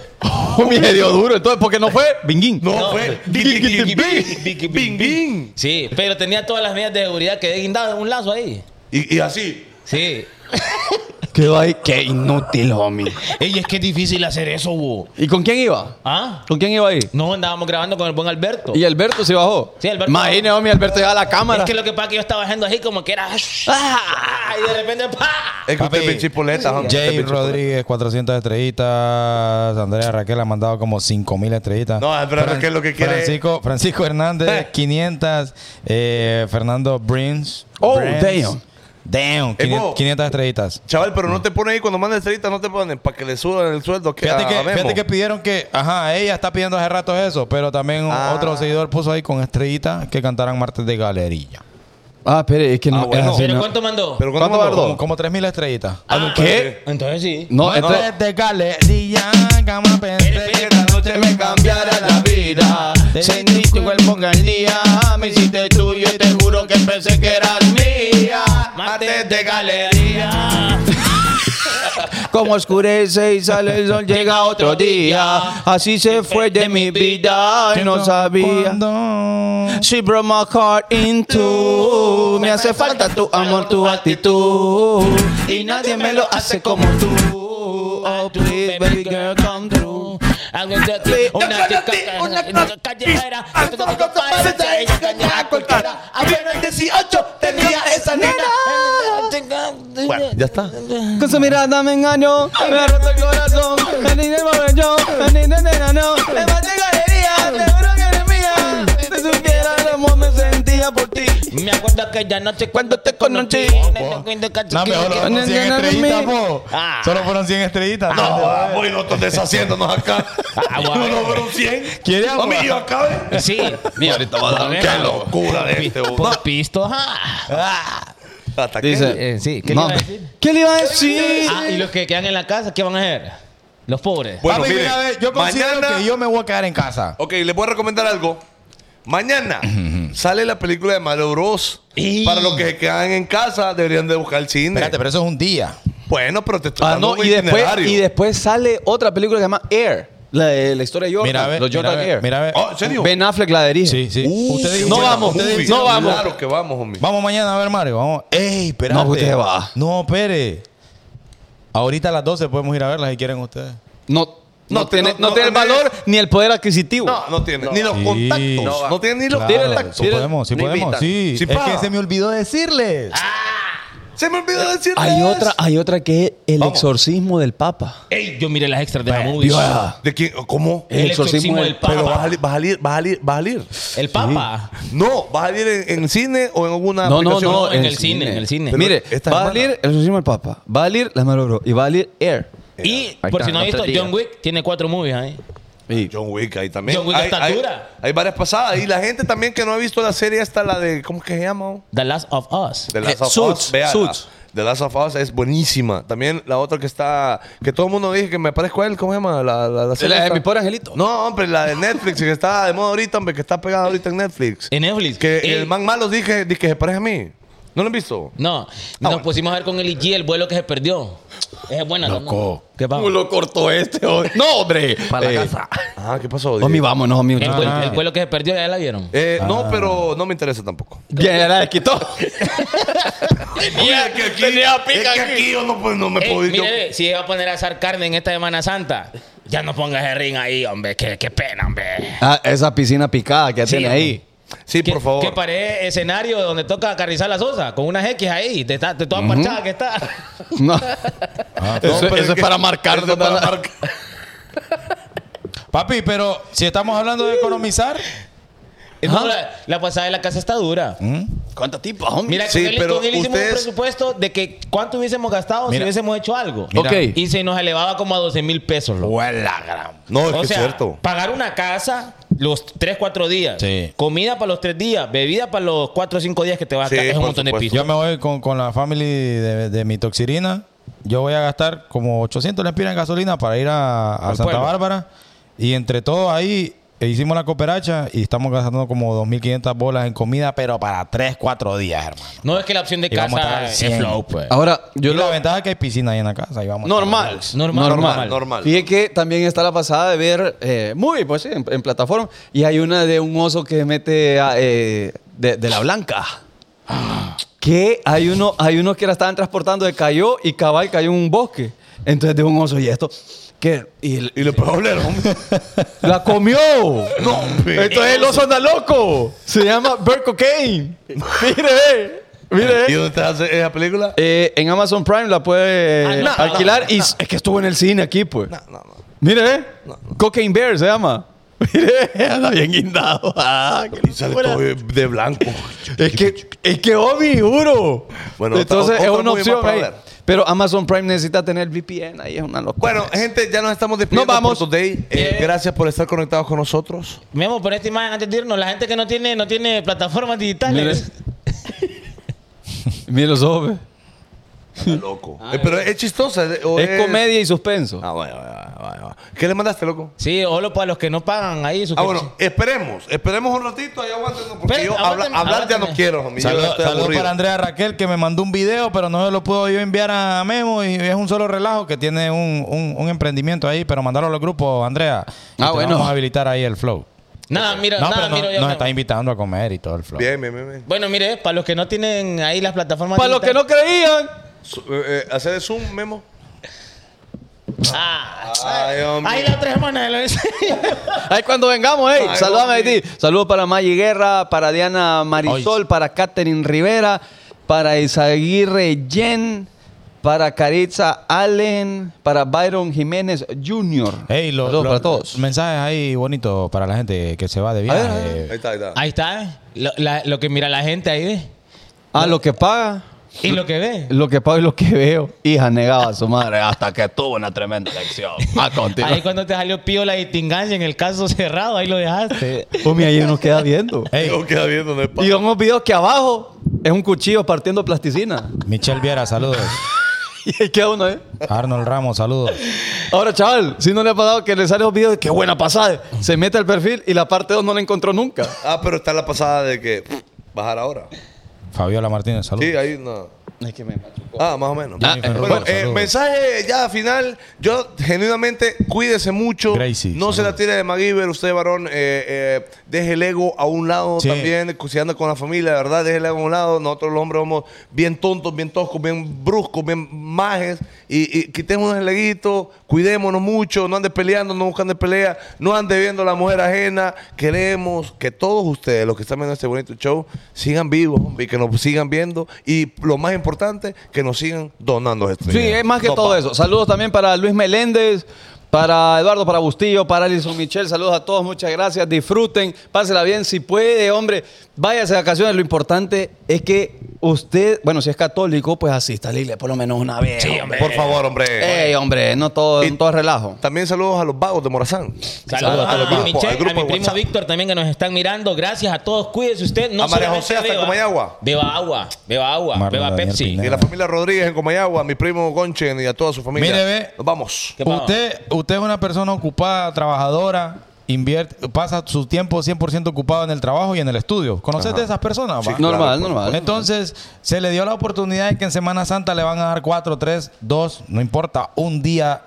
homie, le Oh, dio duro. Entonces, ¿por qué no fue? Binguín.
no, fue.
Bing,
Bing,
bing,
bing, bing.
Sí, pero tenía todas las medidas de seguridad. Quedé guindado en un lazo ahí.
Y y así.
Sí.
(laughs) Quedó ahí. Qué inútil, homie.
Ey, es que es difícil hacer eso, bo.
¿Y con quién iba?
¿Ah?
¿Con quién iba ahí?
No, andábamos grabando con el buen Alberto.
Y Alberto se bajó.
Sí, Alberto.
Imagínese, homie, Alberto lleva la cámara.
Es que lo que pasa es que yo estaba haciendo así como que era. ¡Ah! Y de repente. ¡pa!
Es que usted
Papi,
es bien chipoleta, homie. Usted es
Jay
bien chipoleta.
Rodríguez, 400 estrellitas. Andrea Raquel ha mandado como 5000 estrellitas.
No, Andrea Raquel lo que quiere es-
Francisco, Francisco
(laughs)
Hernández, 500. eh, Fernando Brins.
Oh,
Brins. Damn,
Eh,
500,
vos.
500 estrellitas.
Chaval, pero no te ponen ahí cuando mandan estrellitas, no te ponen para que le suban el sueldo. Que
Fíjate
a-
que,
a Memo.
fíjate que pidieron que, ajá, ella está pidiendo hace rato eso, pero también un-
Ah.
otro seguidor puso ahí con estrellitas que cantaran martes de galería.
Ah, espere, es que no.
Ah, bueno.
es así,
¿Pero
no.
cuánto mandó?
Pero
¿Cuánto
¿cuándo mandó?
tardó?
Como, como 3.000 estrellitas.
Ah,
¿Qué?
Entonces sí.
No,
martes
entonces-
de galería, cama pensé que esta noche me cambiara la vida. Sentí tu cuerpo en el día, me hiciste tuyo y te juro que pensé que eras mía.
Martes de galería.
(laughs) Como oscurece y sale el sol, llega otro día. Así se fue de mi vida y no sabía.
Cuando-
She broke my heart in two. Me hace falta tu amor, tu actitud. Y nadie me lo hace como tú. Oh, please, baby girl, come through.
Hago de ti una chica una callejera. Esto no parece engañar a cualquiera. Apenas
18 tenía esa
Bueno, ya está.
Con su mirada me engañó, me ha roto el corazón. El dinero me yo, el dinero me ganó. Me maté galería, te juro que eres mía. Si supiera cómo me sentía por ti.
Me acuerdo aquella noche cuando te conocí.
No, mejor
no,
fueron 100
no, no,
estrellitas,
no,
po.
Ah.
Solo fueron 100 estrellitas.
No, vamos y nosotros deshaciéndonos acá.
Ah, bueno.
No, no, fueron 100.
¿Quiere agua?
Homie, yo acabé.
Sí.
Mira, ahorita va
dar un
Qué locura de este, bo-
Por pisto, ajá.
Hasta que-
Dice,
sí, Ah, ¿qué
¿qué,
le iba a decir?
le iba a decir?
Ah, y los que quedan en la casa, ¿qué van a hacer? Los pobres.
Bueno,
Papi,
mire,
mira, ve, yo considero
mañana- Oh,
que yo me voy a quedar en casa.
Ok, les voy a recomendar algo. Mañana sale la película de Mario Bros.
Y-
Para los que se quedan en casa, deberían de buscar el cine.
Espérate, pero eso es un día.
Bueno, pero te estoy
Ah,
dando
no,
un
y después,
itinerario.
y después sale otra película que se llama Air. La, de- la historia de Jordan.
Mira, a ver,
los
mira,
Jordan
a ver,
Air.
mira, a ver.
Oh, ¿en serio?
Ben Affleck la dirige.
Sí, sí. Ustedes
qué
dicen-
no
buena
vamos,
movie.
ustedes- no vamos.
Claro que vamos, homie.
Vamos mañana a ver Mario. Vamos. ¡Ey, espérate!
No, usted se va.
No, Pere. Ahorita a las 12 podemos ir a verlas si quieren ustedes.
No, no,
No,
tiene,
no,
no
no,
tiene el
no,
valor ni el poder adquisitivo.
No, no tiene. Ni los contactos. No, tiene ni los
Claro,
contactos.
Sí podemos, sí
Ni
podemos.
invitan.
Sí.
Sí,
es
pa.
que se me olvidó decirles.
Se me olvidó decirte.
Hay otra, hay otra que es el exorcismo del Papa.
Ey, yo miré las extras de la movie.
Viola.
¿De quién? ¿Cómo?
El exorcismo del Papa.
Pero vas a salir, vas a salir, vas a salir, vas a salir.
El Papa.
No, vas a salir en, en cine o en alguna
No, no, eh,
aplicación.
no,
en el cine, en el cine.
Pero
Mire,
esta
va a
semana-
salir el exorcismo del Papa, va a salir la Mero Bro y va a salir Air.
Eh,
Y,
Ahí
por
está,
si no han
los
visto,
tres días.
John Wick tiene cuatro movies ahí.
John Wick ahí también.
John Wick
hay,
está
hay-
dura.
Hay varias pasadas. Y la gente también que no ha visto la serie esta, la de... ¿Cómo que se llama?
The Last of Us.
The Last
Eh,
of
Suits,
Us. véala.
Suits.
The Last of Us es buenísima. También la otra que está... Que todo el mundo dice que me parezco a él. ¿Cómo se llama? La, la, la serie
La de
esta.
Mi Pobre Angelito.
No, hombre, la de Netflix que está de moda ahorita, hombre, que está pegada ahorita en Netflix.
En Netflix. Eh,
Que
Ey,
el man Ah, malo dije, dije que se parece a mí. ¿No lo han visto?
No, nos pusimos a ver con el IG el vuelo que se perdió. Esa Es buena, Loco. ¿Qué pasa?
lo cortó este? hoy? No, hombre.
Para la
Eh,
casa.
Ah, ¿qué pasó?
Homie,
Diego?
vámonos, homie.
El, vuelo-
Ah.
el vuelo que se perdió, ya la vieron.
Eh,
Ah.
No, pero no me interesa tampoco.
Ya ya la desquitó.
Mira, que aquí, es que aquí yo no, puedo- no
Eh,
me
Ey,
puedo ir. yo-
Eh, mire, si va a poner a asar carne en esta Semana Santa, ya no pongas el ring ahí, hombre. Qué, qué pena, hombre.
Ah, esa piscina picada que ya
Sí,
tiene
homie.
ahí.
Sí,
Que-
por favor.
Que paré escenario donde toca carrizar la sosa, con unas X ahí, de, ta- de toda parchada que está.
No,
No. eso
pero
eso es
que-
para marcar.
eso es
dónde
para
la-
marcar.
Papi, pero si estamos hablando de economizar.
Y no, la, la pasada de la casa está dura.
¿Mm?
¿Cuántos tipos, homie?
Mira,
Sí,
con él,
pero
con él hicimos
ustedes-
un presupuesto de que cuánto hubiésemos gastado si
Mira.
hubiésemos hecho algo.
Mira.
Ok.
Y se nos elevaba como a 12 mil pesos. loco.
No, es
o
que
sea,
es cierto.
pagar una casa los 3, 4 días.
Sí.
Comida para los 3 días. Bebida para los 4 o 5 días que te vas a
Sí,
gastar. Es un
por
montón de
supuesto.
pisos.
Yo me voy con, con la family de, de mi toxirina. Yo voy a gastar como 800 lempiras en gasolina para ir a, a
Al
Santa
pueblo.
Bárbara. Y entre todos ahí eh, hicimos la cooperacha y estamos gastando como 2.500 bolas en comida, pero para 3, 4 días, hermano.
No es que la opción de
Y vamos a
casa
traer
es
100.
flow, pues.
Ahora, yo
y la
lo.
ventaja es que hay piscina ahí en la casa. y vamos a-
Normal.
Normal, normal.
Normal.
Fíjate que también está la pasada de ver eh, movie, pues sí, en, en plataforma. Y hay una de un oso que mete a, eh, de, de la blanca. Que hay uno, hay unos que la estaban transportando, de cayó y cabal cayó en un bosque. Entonces de un oso y esto. Que, y l-
Y le puedo hablar,
(laughs)
hombre.
la
(laughs)
comió.
No, hombre.
Entonces el oso anda loco. Se llama Bird Cocaine. Mire, ve, mire.
¿Y
ve.
dónde te hace esa película?
Eh, en Amazon Prime la puede
Ah, no,
alquilar y s- es que estuvo en el cine aquí, pues. Mire, eh. Cocaine Bear se llama. Mire, (laughs) anda bien guindado. (laughs) Ah, qué
Y sale
locura.
todo de- de blanco.
(laughs) es que, es que Obi, juro.
Bueno, otra-
Entonces
otra
es una
movie más
opción
para
ahí.
ver.
Pero Amazon Prime necesita tener VPN, ahí es una locura.
Bueno, gente, ya nos estamos despidiendo.
Nos vamos.
por today. Eh, Gracias por estar conectados con nosotros.
Mi amor, pon esta imagen antes de irnos. La gente que no tiene, no tiene plataformas digitales.
mire los ojos. ve.
Está loco. Eh, pero es chistosa. eh, o
Es comedia y suspenso.
Ah, bueno, bueno, bueno, bueno. ¿Qué le mandaste, loco?
Sí, o lo para los que no pagan ahí su
Ah, bueno, esperemos. Esperemos un ratito. Ahí aguántenos. Porque
Espérate,
yo habla-
aguántame,
hablar ya no
aguántame.
quiero, homie. Yo ya
Saludos
estoy aburrido.
para Andrea Raquel que me mandó un video, pero no lo puedo yo enviar a Memo y es un solo relajo que tiene un, un- un emprendimiento ahí, pero mandarlo a los grupos, Andrea. Y
Ah,
te
bueno.
Vamos a habilitar ahí el flow.
Nada, mira,
no,
nada,
pero no-
miro yo
nos
que-
está invitando a comer y todo el flow.
Bien, bien, bien. bien.
Bueno, mire, para los que no tienen ahí las plataformas
Para los que no creían.
Su- eh, eh, ¿Hacer zoom, Memo?
Ah,
Ay, hombre.
ahí las tres semanas de la vez.
Ahí cuando vengamos, hey,
Ay,
saludame a
hombre.
Haití. Saludos para Maggie Guerra, para Diana Marisol, para Catherine Rivera, para Isaguirre Yen, para Caritza Allen, para Byron Jiménez Jr.
Hey, lo-
Saludos
lo-
para todos.
Mensajes ahí bonitos para la gente que se va de
A ver, a
viaje.
ver.
Ahí está, ahí está.
Ahí está, eh. lo, la- lo que mira la gente ahí ve.
Ah, lo que paga,
Y lo que ve.
lo que paga y lo que veo. Hija, negaba a su madre Ah. hasta que tuvo una tremenda lección. A
Ahí
continuación.
cuando te salió pío la distingancia en el caso cerrado, ahí lo dejaste.
Homie, Pues ahí nos queda viendo.
Hey,
Yo queda viendo, no es pa-
Y unos videos que abajo es un cuchillo partiendo plasticina. (laughs)
Michelle Viera, saludos.
Y ahí queda uno, ¿eh?
Arnold Ramos, saludos.
Ahora, chaval, si no le ha pasado que le sale los videos de qué buena pasada, se mete al perfil y la parte 2 no la encontró nunca.
Ah, pero está la pasada de que pff, bajar ahora.
Fabiola Martínez, saludos.
Sí, ahí no.
Es que me
Ah, más o menos.
Ah, eh,
bueno,
bueno,
eh,
saludos.
mensaje ya final. Yo, genuinamente, cuídese mucho.
Gracie,
no se la tire de MacGyver, usted, varón. eh, eh, deje el ego a un lado
Sí.
también. Si anda con la familia, de verdad, deje el ego a un lado. Nosotros, los hombres, somos bien tontos, bien toscos, bien bruscos, bien majes. Y, y quitémonos el leguito, cuidémonos mucho. No ande peleando, no buscando pelea. No ande viendo a la mujer ajena. Queremos que todos ustedes, los que están viendo este bonito show, sigan vivos hombre, y que nos sigan viendo. Y lo más importante, que nos sigan donando este esto.
Sí,
eh.
es más que
Dopa.
todo eso. Saludos también para Luis Meléndez, para Eduardo, para Bustillo, para Alison Michel. Saludos a todos, muchas gracias. Disfruten, pásela bien si puede, hombre. Váyase de vacaciones. Lo importante es que usted, bueno, si es católico, pues asista a la iglesia por lo menos una vez. hombre.
Por favor, hombre.
Ey, hombre, no todo,
Y-
no todo es relajo.
También saludos a los vagos de Morazán.
Saludos a,
los grupos,
mi
al
Michelle, a
grupo
mi
de
primo
WhatsApp.
Víctor también que nos están mirando. Gracias a todos. Cuídese usted. No
A María
solamente
José hasta
beba-
Comayagua.
Beba agua, beba agua,
Marlon
beba
Daniel
Pepsi.
Pineda.
Y la familia Rodríguez en Comayagua, a mi primo Gonchen y a toda su familia.
Mire, ve.
Nos vamos.
¿Qué pasó?
Usted, usted es una persona ocupada, trabajadora, invierte, pasa su tiempo 100% ocupado en el trabajo y en el estudio. ¿Conoces de esas personas? va?
claro,
Normal,
por
normal.
Entonces, se le dio la oportunidad de que en Semana Santa le van a dar 4, 3, 2, no importa, un día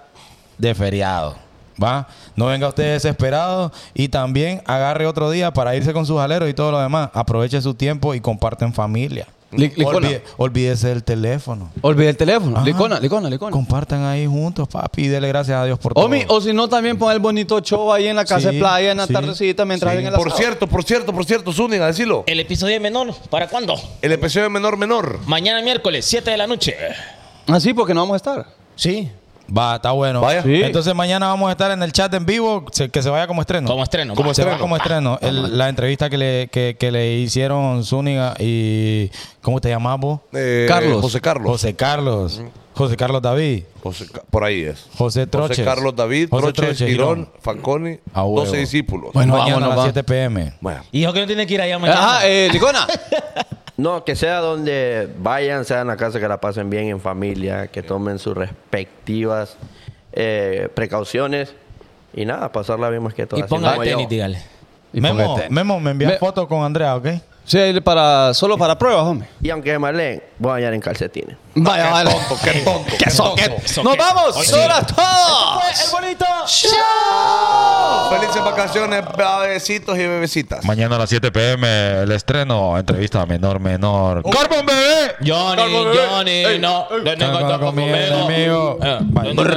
de feriado. ¿Va? No venga usted desesperado y también agarre otro día para irse con sus aleros y todo lo demás. Aproveche su tiempo y comparten familia.
Li- licona.
Olvide- olvídese del teléfono.
Olvide el teléfono.
Ah.
Ajá.
Licona, licona, licona.
Ah, Compartan ahí juntos, papi, y dele gracias a Dios por todo.
Omi, o si no, también pon el bonito show ahí en la casa
Sí,
de playa, en la
sí,
tardecita, mientras
sí.
ven el
Por
asado.
cierto, por cierto, por cierto, Zúñiga, decilo.
El episodio de menor, ¿para cuándo?
El episodio de menor menor.
Mañana miércoles, 7 de la noche.
Así, Ah, porque no vamos a estar.
Sí. Va, está bueno.
Vaya.
Sí.
Entonces mañana vamos a estar en el chat en vivo, se- que se vaya como estreno.
Como estreno.
Como
va.
se va como estreno. El- la entrevista que le, que, que le hicieron Zúñiga y... ¿Cómo te llamabas vos?
Eh,
Carlos.
José Carlos. José.
José Carlos. José Carlos David.
Ca- por ahí es.
José Troches.
José Carlos David,
José
Troches,
Troches,
Girón,
Girón.
Fanconi,
A huevo.
12 discípulos.
Bueno, mañana a
vámonos, va.
las 7 pm.
Bueno.
Y Dijo que no tiene que ir allá mañana.
Ajá, eh, licona.
No, que sea donde vayan, sea en la casa, que la pasen bien en familia, que tomen sus respectivas eh, precauciones y nada, pasarla bien más que todo.
y
así
ponga
como
tenis,
yo.
dígale.
Memo, Memo, me envía
este. Me-
foto con Andrea, ¿ok?
Sí, ahí para, solo para pruebas, hombre.
Y aunque me maleen, voy a bañar en calcetines.
Vaya, vale.
Qué tonto. Qué tonto.
¡Nos vamos! ¡Sola todo!
Felices vacaciones, bebecitos y bebecitas.
Mañana a las 7 pm el estreno, entrevista menor menor.
Oh.
¡Carbón bebé!
Johnny, Johnny, no. No,
Cargo
no, no,
conmigo,
conmigo.
enemigo.
Eh,
Bye.
no, no,